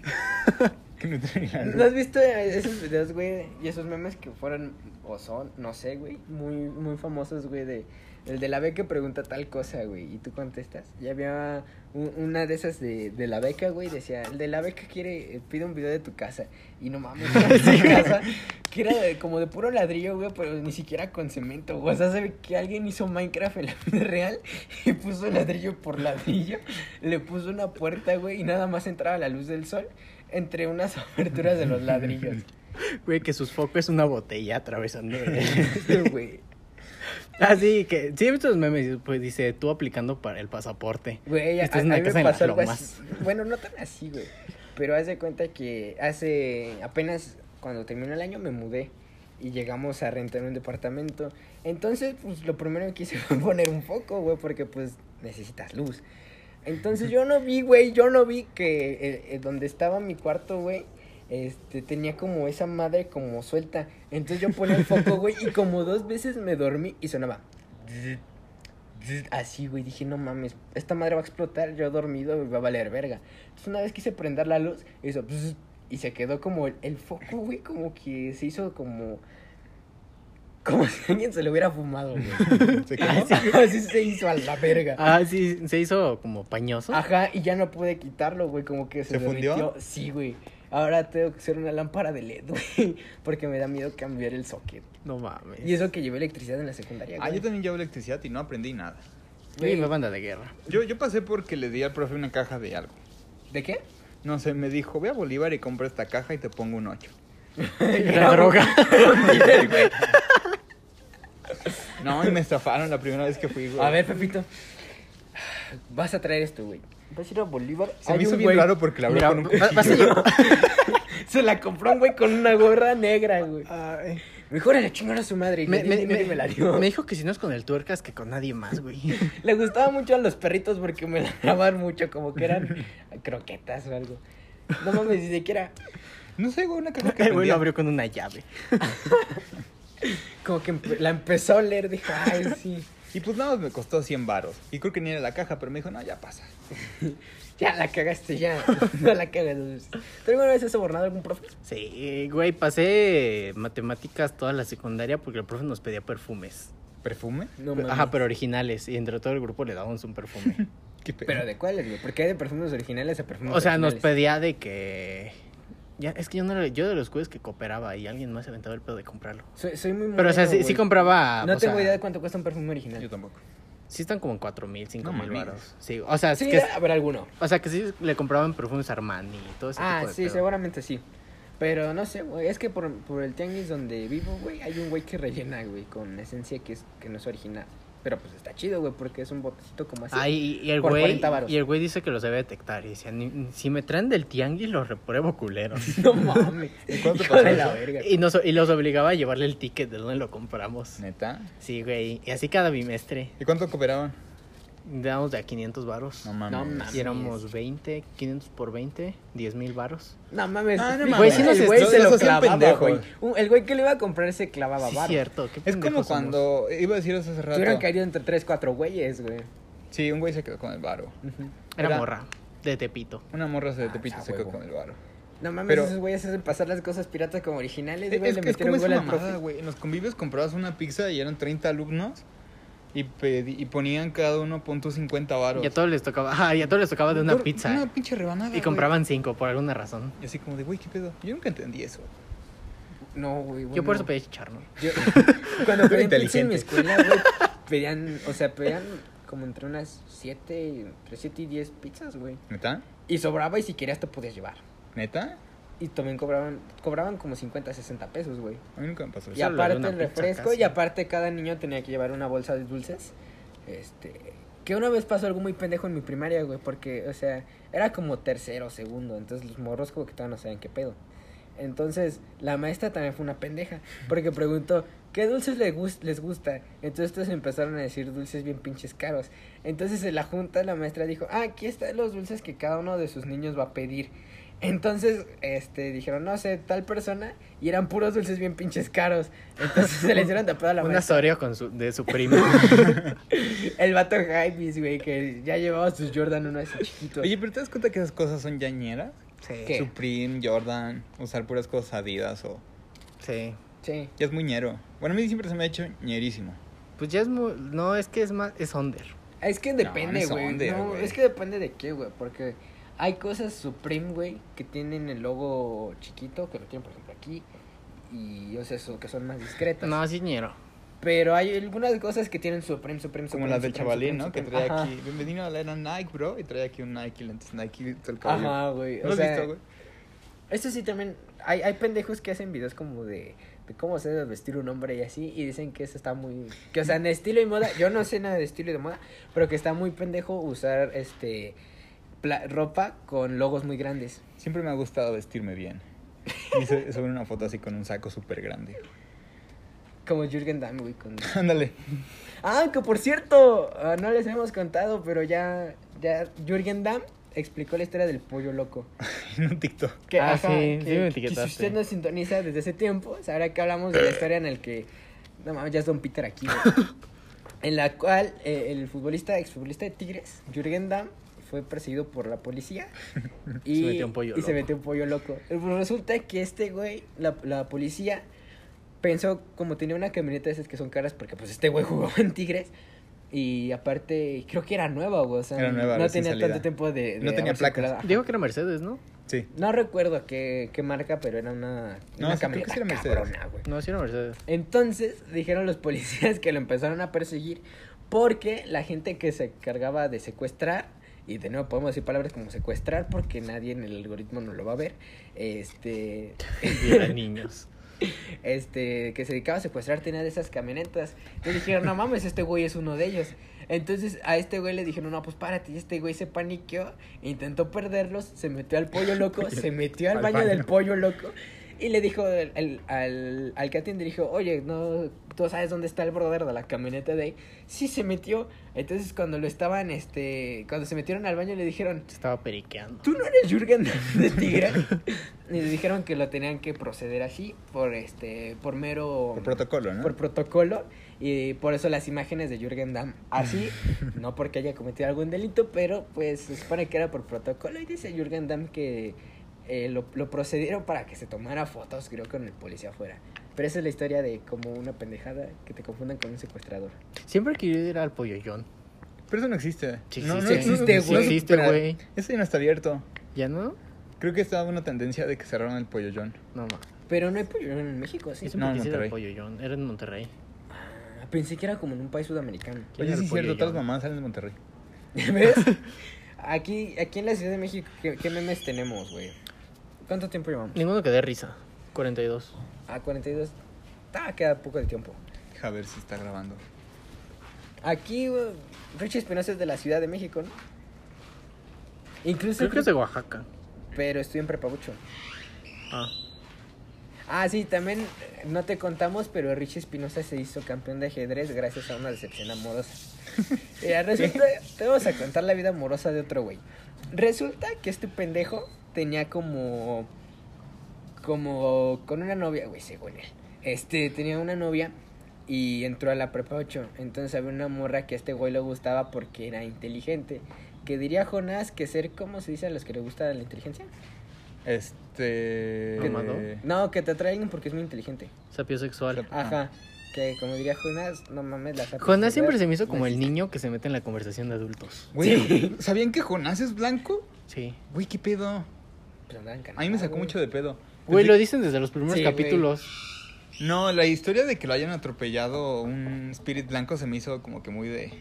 [SPEAKER 2] Que no tenía
[SPEAKER 1] ¿No has visto esos videos, güey? Y esos memes que fueron, o son, no sé, güey, muy, muy famosos, güey, de... El de la beca pregunta tal cosa, güey, y tú contestas. Ya había un- una de esas de, de la beca, güey, decía, el de la beca quiere, eh, pide un video de tu casa. Y no mames, era una casa que era de- como de puro ladrillo, güey, pero ni siquiera con cemento. güey. O sea, se ve que alguien hizo Minecraft en la vida real y puso ladrillo por ladrillo, le puso una puerta, güey, y nada más entraba la luz del sol entre unas aberturas de los ladrillos.
[SPEAKER 3] Güey, que sus focos es una botella atravesando.
[SPEAKER 1] Sí, Este güey.
[SPEAKER 3] ah, sí, que sí he visto los memes. Pues dice, tú aplicando para el pasaporte.
[SPEAKER 1] Güey,
[SPEAKER 3] Esta
[SPEAKER 1] a-
[SPEAKER 3] es
[SPEAKER 1] a
[SPEAKER 3] una
[SPEAKER 1] mí me
[SPEAKER 3] casa en las
[SPEAKER 1] pasó algo
[SPEAKER 3] lomas.
[SPEAKER 1] así. Bueno, no tan así, güey. Pero haz de cuenta que hace apenas cuando terminó el año me mudé y llegamos a rentar un departamento. Entonces, pues lo primero que hice fue poner un foco, güey, porque pues necesitas luz. Entonces yo no vi, güey, yo no vi que eh, eh, donde estaba mi cuarto, güey, este, tenía como esa madre como suelta. Entonces yo ponía el foco, güey, y como dos veces me dormí y sonaba. Así, güey, dije, no mames, esta madre va a explotar, yo dormido me va a valer verga. Entonces una vez quise prender la luz, hizo bzz, y se quedó como el, el foco, güey, como que se hizo como... Como si alguien se lo hubiera fumado, güey.
[SPEAKER 2] ¿Se quedó?
[SPEAKER 1] Así, así se hizo a la verga.
[SPEAKER 3] Ah, sí, se hizo como pañoso.
[SPEAKER 1] Ajá, y ya no pude quitarlo, güey, como que se,
[SPEAKER 2] ¿Se fundió?
[SPEAKER 1] derritió. Sí, güey. Ahora tengo que hacer una lámpara de LED, güey, porque me da miedo cambiar el socket.
[SPEAKER 3] No mames.
[SPEAKER 1] Y eso que llevé electricidad en la secundaria,
[SPEAKER 2] Ah,
[SPEAKER 1] güey.
[SPEAKER 2] yo también llevo electricidad y no aprendí nada.
[SPEAKER 3] Güey,
[SPEAKER 1] Güey,
[SPEAKER 3] me banda de guerra.
[SPEAKER 2] Yo, yo pasé porque le di al profe una caja de algo.
[SPEAKER 1] ¿De qué?
[SPEAKER 2] No sé, me dijo, ve a Bolívar y compra esta caja y te pongo un 8.
[SPEAKER 3] La droga.
[SPEAKER 2] No, y me estafaron la primera vez que fui, güey.
[SPEAKER 1] A ver, Pepito. Vas a traer esto, güey. Vas a ir a Bolívar.
[SPEAKER 2] Se
[SPEAKER 1] hay
[SPEAKER 2] me hizo
[SPEAKER 1] un
[SPEAKER 2] bien
[SPEAKER 1] güey-
[SPEAKER 2] raro porque la abrió
[SPEAKER 3] Mira,
[SPEAKER 2] con un
[SPEAKER 3] va- vas a llevar-
[SPEAKER 1] Se la compró un güey con una gorra negra, güey.
[SPEAKER 3] Ay.
[SPEAKER 1] Mejor a la chingada a su madre. y
[SPEAKER 3] me,
[SPEAKER 1] le di
[SPEAKER 3] me-
[SPEAKER 1] dinero y
[SPEAKER 3] me-
[SPEAKER 1] me la dio.
[SPEAKER 3] me dijo que si no es con el tuercas, que con nadie más, güey.
[SPEAKER 1] Le gustaba mucho a los perritos porque me la daban mucho, como que eran croquetas o algo. No mames, ni siquiera.
[SPEAKER 2] No sé, güey, una caja que
[SPEAKER 3] El güey lo
[SPEAKER 2] vendía.
[SPEAKER 3] abrió con una llave.
[SPEAKER 1] Como que empe- la empezó a oler, dijo, ay, sí.
[SPEAKER 2] Y pues nada, más me costó 100 varos. Y creo que ni era la caja, pero me dijo, no, ya pasa.
[SPEAKER 1] Ya la cagaste, ya. No la cagas. dos veces. ¿Tú alguna vez has sobornado a algún profe?
[SPEAKER 3] Sí, güey, pasé matemáticas toda la secundaria porque el profe nos pedía perfumes.
[SPEAKER 2] ¿Perfume?
[SPEAKER 1] No
[SPEAKER 3] Ajá, pero originales. Y entre todo el grupo le dábamos un perfume.
[SPEAKER 2] ¿Qué pedo?
[SPEAKER 1] ¿Pero de cuáles, güey? Porque hay de perfumes originales a perfumes
[SPEAKER 3] o sea, nos
[SPEAKER 1] originales.
[SPEAKER 3] pedía de que. Ya, es que yo no era- yo de los güeyes que cooperaba y alguien más se aventaba el pedo de comprarlo.
[SPEAKER 1] Soy, soy muy
[SPEAKER 3] Pero, o sea,
[SPEAKER 1] moreno,
[SPEAKER 3] sí, sí
[SPEAKER 1] güey.
[SPEAKER 3] compraba.
[SPEAKER 1] No
[SPEAKER 3] o
[SPEAKER 1] tengo
[SPEAKER 3] sea,
[SPEAKER 1] idea de cuánto cuesta un perfume original.
[SPEAKER 2] Yo tampoco.
[SPEAKER 3] Sí están como en 4 mil, 5
[SPEAKER 2] No
[SPEAKER 3] mil
[SPEAKER 2] mames.
[SPEAKER 3] baros. Sí, o sea, es
[SPEAKER 1] Sí,
[SPEAKER 3] que,
[SPEAKER 1] a ver alguno.
[SPEAKER 3] o sea, que sí le compraban perfumes Armani y todo ese
[SPEAKER 1] Ah,
[SPEAKER 3] tipo de
[SPEAKER 1] sí,
[SPEAKER 3] pedo.
[SPEAKER 1] seguramente sí. Pero no sé, güey. Es que por, por el tianguis donde vivo, güey, hay un güey que rellena, güey, con esencia que, es, que no es original. Pero pues está chido, güey, porque es un botecito como así.
[SPEAKER 3] Ah, y, y el
[SPEAKER 1] Por
[SPEAKER 3] güey,
[SPEAKER 1] 40 varos.
[SPEAKER 3] y el güey dice que los debe detectar. Y decía, "Ni- si me traen del tianguis, los repruebo culeros.
[SPEAKER 1] No mames.
[SPEAKER 2] ¿Y cuánto
[SPEAKER 1] Hijo de
[SPEAKER 2] pasó
[SPEAKER 1] la
[SPEAKER 2] eso?
[SPEAKER 1] verga.
[SPEAKER 3] y, nos, y los obligaba a llevarle el ticket de donde lo compramos.
[SPEAKER 2] ¿Neta?
[SPEAKER 3] Sí, güey. Y así cada bimestre.
[SPEAKER 2] ¿Y cuánto cooperaban?
[SPEAKER 3] Dábamos de a 500 varos.
[SPEAKER 1] mames. No mames.
[SPEAKER 3] y éramos 20, 500 por 20, 10 mil varos.
[SPEAKER 1] No mames.
[SPEAKER 2] Ah, no
[SPEAKER 1] el
[SPEAKER 2] mames.
[SPEAKER 1] nos-
[SPEAKER 2] El güey se los hacía pendejo.
[SPEAKER 1] Un- El güey que le iba a comprar se clavaba
[SPEAKER 3] Sí,
[SPEAKER 1] barro.
[SPEAKER 3] cierto. qué
[SPEAKER 2] Es como
[SPEAKER 3] pendejos somos.
[SPEAKER 2] cuando... Iba a decir eso hace rato.
[SPEAKER 1] Tuvieron caído entre tres, cuatro güeyes, güey.
[SPEAKER 2] Sí, un güey se quedó con el varo.
[SPEAKER 1] Ujú.
[SPEAKER 3] Era,
[SPEAKER 2] era-
[SPEAKER 3] morra, de Tepito.
[SPEAKER 2] Una morra se de
[SPEAKER 1] Ah,
[SPEAKER 2] Tepito
[SPEAKER 1] a
[SPEAKER 2] se quedó
[SPEAKER 1] huevo.
[SPEAKER 2] con el varo.
[SPEAKER 1] No mames,
[SPEAKER 2] Pero-
[SPEAKER 1] esos güeyes hacen pasar las cosas piratas como originales,
[SPEAKER 2] Es,
[SPEAKER 1] güey.
[SPEAKER 2] Eh, es
[SPEAKER 1] le
[SPEAKER 2] que es como
[SPEAKER 1] metieron
[SPEAKER 2] esa
[SPEAKER 1] gol al
[SPEAKER 2] mamada,
[SPEAKER 1] profe.
[SPEAKER 2] güey. En los convivios comprabas una pizza y eran 30 alumnos y, pedi- y ponían cada uno punto 50 varos.
[SPEAKER 3] Y a todos les tocaba, ajá, y a todos les tocaba de una
[SPEAKER 2] Por-
[SPEAKER 3] pizza.
[SPEAKER 2] Una pinche rebanada,
[SPEAKER 3] y
[SPEAKER 2] güey.
[SPEAKER 3] compraban cinco por alguna razón.
[SPEAKER 2] Y así como de, güey, ¿qué pedo? Yo nunca entendí eso.
[SPEAKER 1] No, güey.
[SPEAKER 3] Yo por eso
[SPEAKER 1] bueno.
[SPEAKER 3] pedí chicharrón.
[SPEAKER 1] Yo, cuando pedían pizza en
[SPEAKER 2] Inteligente.
[SPEAKER 1] mi escuela, güey, pedían, o sea, pedían como entre unas 7, entre 7 y 10 pizzas, güey.
[SPEAKER 2] ¿Neta?
[SPEAKER 1] Y sobraba y si querías te podías llevar.
[SPEAKER 2] ¿Neta?
[SPEAKER 1] Y también cobraban, cobraban como 50, 60 pesos, güey.
[SPEAKER 2] A mí nunca me pasó
[SPEAKER 1] Y
[SPEAKER 2] eso.
[SPEAKER 3] Ya. Eso lo de
[SPEAKER 1] aparte
[SPEAKER 3] una
[SPEAKER 1] el
[SPEAKER 3] pizza
[SPEAKER 1] refresco,
[SPEAKER 3] casi.
[SPEAKER 1] y aparte cada niño tenía que llevar una bolsa de dulces. Este. Que una vez pasó algo muy pendejo en mi primaria, güey, porque, o sea, era como tercero, segundo, entonces los morros como que todavía no sabían qué pedo. Entonces, la maestra también fue una pendeja, porque preguntó, ¿qué dulces les, gus- les gusta? Entonces todos empezaron a decir dulces bien pinches caros. Entonces en la junta la maestra dijo, ah, aquí están los dulces que cada uno de sus niños va a pedir. Entonces, este, dijeron, no sé, tal persona, y eran puros dulces bien pinches caros. Entonces se le hicieron tapado a la
[SPEAKER 3] Una
[SPEAKER 1] maestra.
[SPEAKER 3] Oreo con su, de su primo.
[SPEAKER 1] El vato Jaimis, güey, que ya llevaba sus Jordan uno así chiquito.
[SPEAKER 2] Oye, pero ¿te das cuenta que esas cosas son yañeras?
[SPEAKER 3] sí,
[SPEAKER 1] ¿Qué?
[SPEAKER 2] Supreme, Jordan, usar puras cosas Adidas o...
[SPEAKER 3] sí.
[SPEAKER 1] Sí.
[SPEAKER 2] Ya es muy ñero. Bueno, a mí siempre se me ha hecho ñerísimo.
[SPEAKER 3] Pues ya es muy... No, es que es más... Es under.
[SPEAKER 1] Es que depende,
[SPEAKER 2] es
[SPEAKER 1] güey.
[SPEAKER 2] under,
[SPEAKER 1] No,
[SPEAKER 2] güey.
[SPEAKER 1] es que depende de qué, güey. Porque hay cosas Supreme, güey, que tienen el logo chiquito, que lo tienen, por ejemplo, aquí. Y, o sea, so- que son más discretas.
[SPEAKER 3] No, sí, ñero.
[SPEAKER 1] Pero hay algunas cosas que tienen Supreme, Supreme,
[SPEAKER 2] Como
[SPEAKER 1] Supreme,
[SPEAKER 2] las del
[SPEAKER 1] Supreme,
[SPEAKER 2] chavalín,
[SPEAKER 1] Supreme,
[SPEAKER 2] ¿no? Que
[SPEAKER 1] Supreme.
[SPEAKER 2] trae
[SPEAKER 1] Ajá.
[SPEAKER 2] aquí... Bienvenido a la era Nike, bro. Y trae aquí un Nike, lentes Nike, todo el cabello.
[SPEAKER 1] Ajá, güey.
[SPEAKER 2] ¿No
[SPEAKER 1] O
[SPEAKER 2] lo has
[SPEAKER 1] sea,
[SPEAKER 2] visto, güey?
[SPEAKER 1] Esto sí también. Hay, hay pendejos que hacen videos como de, de cómo se debe vestir un hombre y así. Y dicen que eso está muy. Que, o sea, en estilo y moda. Yo no sé nada de estilo y de moda. Pero que está muy pendejo usar este. pla- ropa con logos muy grandes.
[SPEAKER 2] Siempre me ha gustado vestirme bien. Y se- sobre una foto así con un saco súper grande.
[SPEAKER 1] Como Jürgen Damm, güey. Con...
[SPEAKER 2] Ándale.
[SPEAKER 1] Ah, que por cierto, ah, no les hemos contado, pero ya. ya Jürgen Damm explicó la historia del pollo loco.
[SPEAKER 2] En un TikTok.
[SPEAKER 1] Que,
[SPEAKER 3] Ah,
[SPEAKER 1] ajá,
[SPEAKER 3] sí, sí
[SPEAKER 1] que-
[SPEAKER 3] me
[SPEAKER 1] que
[SPEAKER 3] etiquetaste.
[SPEAKER 1] si usted nos sintoniza desde ese tiempo, sabrá que hablamos de la historia en el que. No mames, ya es Don Peter aquí, güey. En la cual eh, el futbolista, exfutbolista de Tigres, Jürgen Damm, fue perseguido por la policía. Y
[SPEAKER 3] Se metió un pollo
[SPEAKER 1] y se
[SPEAKER 3] loco.
[SPEAKER 1] metió un pollo loco. Eh, pues Resulta que este güey, la, la policía, pensó, como tenía una camioneta de esas que son caras, porque pues este güey jugaba en Tigres. Y aparte, creo que era nueva, güey. O sea,
[SPEAKER 2] Era nueva,
[SPEAKER 1] no
[SPEAKER 2] recién
[SPEAKER 1] tenía
[SPEAKER 2] salida.
[SPEAKER 1] tanto tiempo de. de
[SPEAKER 2] No tenía
[SPEAKER 1] haber
[SPEAKER 2] placas.
[SPEAKER 1] circulado. Ajá.
[SPEAKER 3] Digo que era Mercedes, ¿no?
[SPEAKER 2] Sí.
[SPEAKER 1] No recuerdo qué, qué marca, pero era una,
[SPEAKER 2] No,
[SPEAKER 1] una
[SPEAKER 2] sí, creo que
[SPEAKER 1] camioneta
[SPEAKER 2] sí era Mercedes.
[SPEAKER 1] cabrona, güey.
[SPEAKER 3] No, sí era Mercedes.
[SPEAKER 1] Entonces dijeron los policías que lo empezaron a perseguir porque la gente que se encargaba de secuestrar, y de nuevo podemos decir palabras como secuestrar porque nadie en el algoritmo no lo va a ver, este,
[SPEAKER 3] Y eran niños.
[SPEAKER 1] este, que se dedicaba a secuestrar tenía de esas camionetas. Entonces dijeron, no mames, este güey es uno de ellos. Entonces a este güey le dijeron, no, pues párate. Y este güey se paniqueó, intentó perderlos, se metió al pollo loco, se metió al,
[SPEAKER 2] Al
[SPEAKER 1] baño,
[SPEAKER 2] baño.
[SPEAKER 1] del pollo loco. Y le dijo el- el- al, al que atiende, dijo, oye, no, tú sabes dónde está el brother de la camioneta de ahí. Sí, se metió. Entonces cuando lo estaban, este, cuando se metieron al baño le dijeron,
[SPEAKER 3] Se estaba periqueando.
[SPEAKER 1] ¿Tú no eres Jürgen Damm de Tigre? y le dijeron que lo tenían que proceder así por este por mero
[SPEAKER 2] Por protocolo, ¿no?
[SPEAKER 1] por protocolo y por eso las imágenes de Jürgen Damm así no porque haya cometido algún delito, pero pues se supone que era por protocolo y dice Jürgen Damm que eh, lo, lo procedieron para que se tomara fotos, creo, con el policía afuera. Pero esa es la historia de como una pendejada que te confundan con un secuestrador.
[SPEAKER 3] Siempre quería ir al pollollón.
[SPEAKER 2] Pero eso no existe.
[SPEAKER 3] Sí
[SPEAKER 2] no,
[SPEAKER 3] existe,
[SPEAKER 2] no,
[SPEAKER 1] existe,
[SPEAKER 2] no,
[SPEAKER 1] güey.
[SPEAKER 2] no,
[SPEAKER 3] Existe,
[SPEAKER 2] espera.
[SPEAKER 3] güey.
[SPEAKER 2] Eso ya no está abierto.
[SPEAKER 3] ¿Ya no?
[SPEAKER 2] Creo que estaba una tendencia de que cerraron el pollollón.
[SPEAKER 3] No, ma.
[SPEAKER 1] Pero no hay pollo en México, sí.
[SPEAKER 3] Yo siempre
[SPEAKER 2] No, en
[SPEAKER 3] quise ir al
[SPEAKER 2] Monterrey.
[SPEAKER 3] pollollón. Era en Monterrey.
[SPEAKER 1] Ah, Pensé que era como en un país sudamericano.
[SPEAKER 3] ¿Quién
[SPEAKER 2] Oye,
[SPEAKER 3] era
[SPEAKER 2] sí
[SPEAKER 3] el
[SPEAKER 2] es cierto, todas
[SPEAKER 3] pollollón?
[SPEAKER 2] las mamás salen de Monterrey.
[SPEAKER 1] ¿Ves? Aquí, aquí en la Ciudad de México, ¿qué, qué memes tenemos, güey? ¿Cuánto tiempo llevamos?
[SPEAKER 3] Ninguno que dé risa. 42.
[SPEAKER 1] Ah, 42. Ah, queda poco de tiempo.
[SPEAKER 2] A ver si está grabando.
[SPEAKER 1] Aquí, güey, Richie Espinosa es de la Ciudad de México, ¿no? Incluso.
[SPEAKER 3] Creo que es de Oaxaca.
[SPEAKER 1] Pero estoy en prepabucho.
[SPEAKER 3] Ah.
[SPEAKER 1] Ah, sí, también eh, no te contamos, pero Richie Espinosa se hizo campeón de ajedrez gracias a una decepción amorosa. Mira, resulta, te vamos a contar la vida amorosa de otro güey. Resulta que este pendejo tenía como. Como con una novia, güey, según él. Este, tenía una novia y entró a la prepa 8. Entonces había una morra que a este güey le gustaba porque era inteligente. Que diría Jonás que ser, ¿cómo se dice a los que le gusta la inteligencia?
[SPEAKER 2] Este.
[SPEAKER 3] ¿Mamado?
[SPEAKER 1] No, que te atraen porque es muy inteligente.
[SPEAKER 3] Sapio sexual.
[SPEAKER 1] Ajá. Que como diría Jonas, no mames la
[SPEAKER 3] Jonás siempre se me hizo como el niño que se mete en la conversación de adultos.
[SPEAKER 2] Güey, ¿sabían que Jonás es blanco?
[SPEAKER 3] Sí.
[SPEAKER 2] Güey, qué pedo. A mí me sacó mucho de pedo.
[SPEAKER 3] Güey,
[SPEAKER 2] Pensé-
[SPEAKER 3] lo dicen desde los primeros
[SPEAKER 1] Sí, güey.
[SPEAKER 3] capítulos.
[SPEAKER 2] No, la historia de que lo hayan atropellado un spirit blanco se me hizo como que muy de.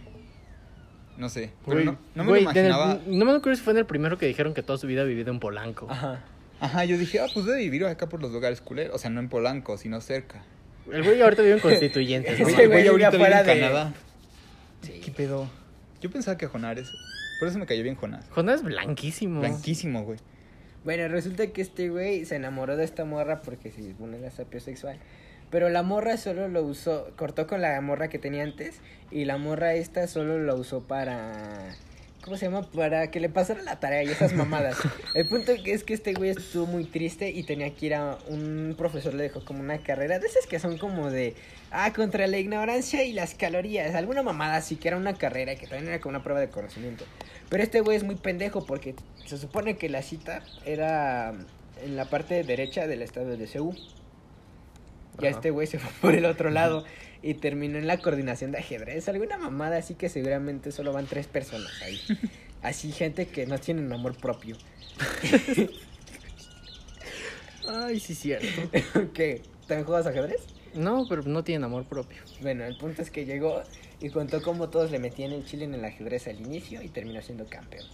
[SPEAKER 2] No sé. Pero
[SPEAKER 3] Güey,
[SPEAKER 2] no, no me
[SPEAKER 3] güey,
[SPEAKER 2] lo
[SPEAKER 3] en el-
[SPEAKER 2] imaginaba.
[SPEAKER 3] no me acuerdo si fue en el primero que dijeron que toda su vida ha vivido en Polanco.
[SPEAKER 1] Ajá.
[SPEAKER 2] Ajá, yo dije, ah, pues debe vivir acá por los lugares culeros. O sea, no en Polanco, sino cerca.
[SPEAKER 3] El güey ahorita vive en Constituyentes.
[SPEAKER 1] Ese
[SPEAKER 3] ¿no?
[SPEAKER 1] güey vive
[SPEAKER 2] vive
[SPEAKER 1] afuera de-
[SPEAKER 2] ¿Qué
[SPEAKER 1] Sí.
[SPEAKER 2] pedo? Yo pensaba que Jonares. Por eso me cayó bien Jonás.
[SPEAKER 3] Jonás es blanquísimo.
[SPEAKER 2] Blanquísimo, güey.
[SPEAKER 1] Bueno, resulta que este güey se enamoró de esta morra porque se supone era sapiosexual. Pero la morra solo lo usó, cortó con la morra que tenía antes y la morra esta solo la usó para ¿Cómo se llama? Para que le pasara la tarea y esas mamadas. El punto que es que este güey estuvo muy triste y tenía que ir a un profesor, le dejó como una carrera de esas que son como de, ah, contra la ignorancia y las calorías. Alguna mamada así que era una carrera que también era como una prueba de conocimiento. Pero este güey es muy pendejo porque se supone que la cita era en la parte derecha del estadio de CU. Ya
[SPEAKER 2] Ajá.
[SPEAKER 1] este güey se fue por el otro lado y terminó en la coordinación de ajedrez. Alguna mamada así que seguramente solo van tres personas ahí. Así gente que no tienen amor propio.
[SPEAKER 3] Ay, sí, cierto.
[SPEAKER 1] ¿Qué? ¿También juegas ajedrez?
[SPEAKER 3] No, pero no tienen amor propio.
[SPEAKER 1] Bueno, el punto es que llegó y contó cómo todos le metían el chile en el ajedrez al inicio y terminó siendo campeón.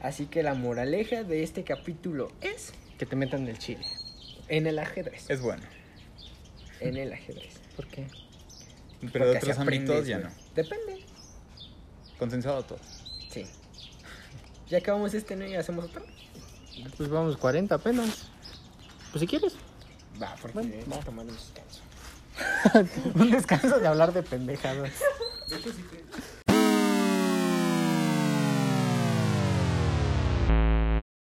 [SPEAKER 1] Así que la moraleja de este capítulo es
[SPEAKER 3] Que te metan el chile.
[SPEAKER 1] en el ajedrez.
[SPEAKER 2] Es bueno.
[SPEAKER 1] En el ajedrez.
[SPEAKER 3] ¿Por qué?
[SPEAKER 2] Pero de
[SPEAKER 1] Porque
[SPEAKER 2] otros
[SPEAKER 1] así
[SPEAKER 2] ámbitos
[SPEAKER 1] aprendes,
[SPEAKER 2] ya
[SPEAKER 1] güey.
[SPEAKER 2] no.
[SPEAKER 1] Depende.
[SPEAKER 2] Consensuado todos.
[SPEAKER 1] Sí. Ya acabamos este, ¿no? Y hacemos otro.
[SPEAKER 3] Pues vamos 40 apenas. Pues si quieres.
[SPEAKER 1] Va, porque
[SPEAKER 3] Bueno,
[SPEAKER 1] vamos
[SPEAKER 3] va.
[SPEAKER 1] a tomar un descanso.
[SPEAKER 3] Un descanso de hablar de pendejadas.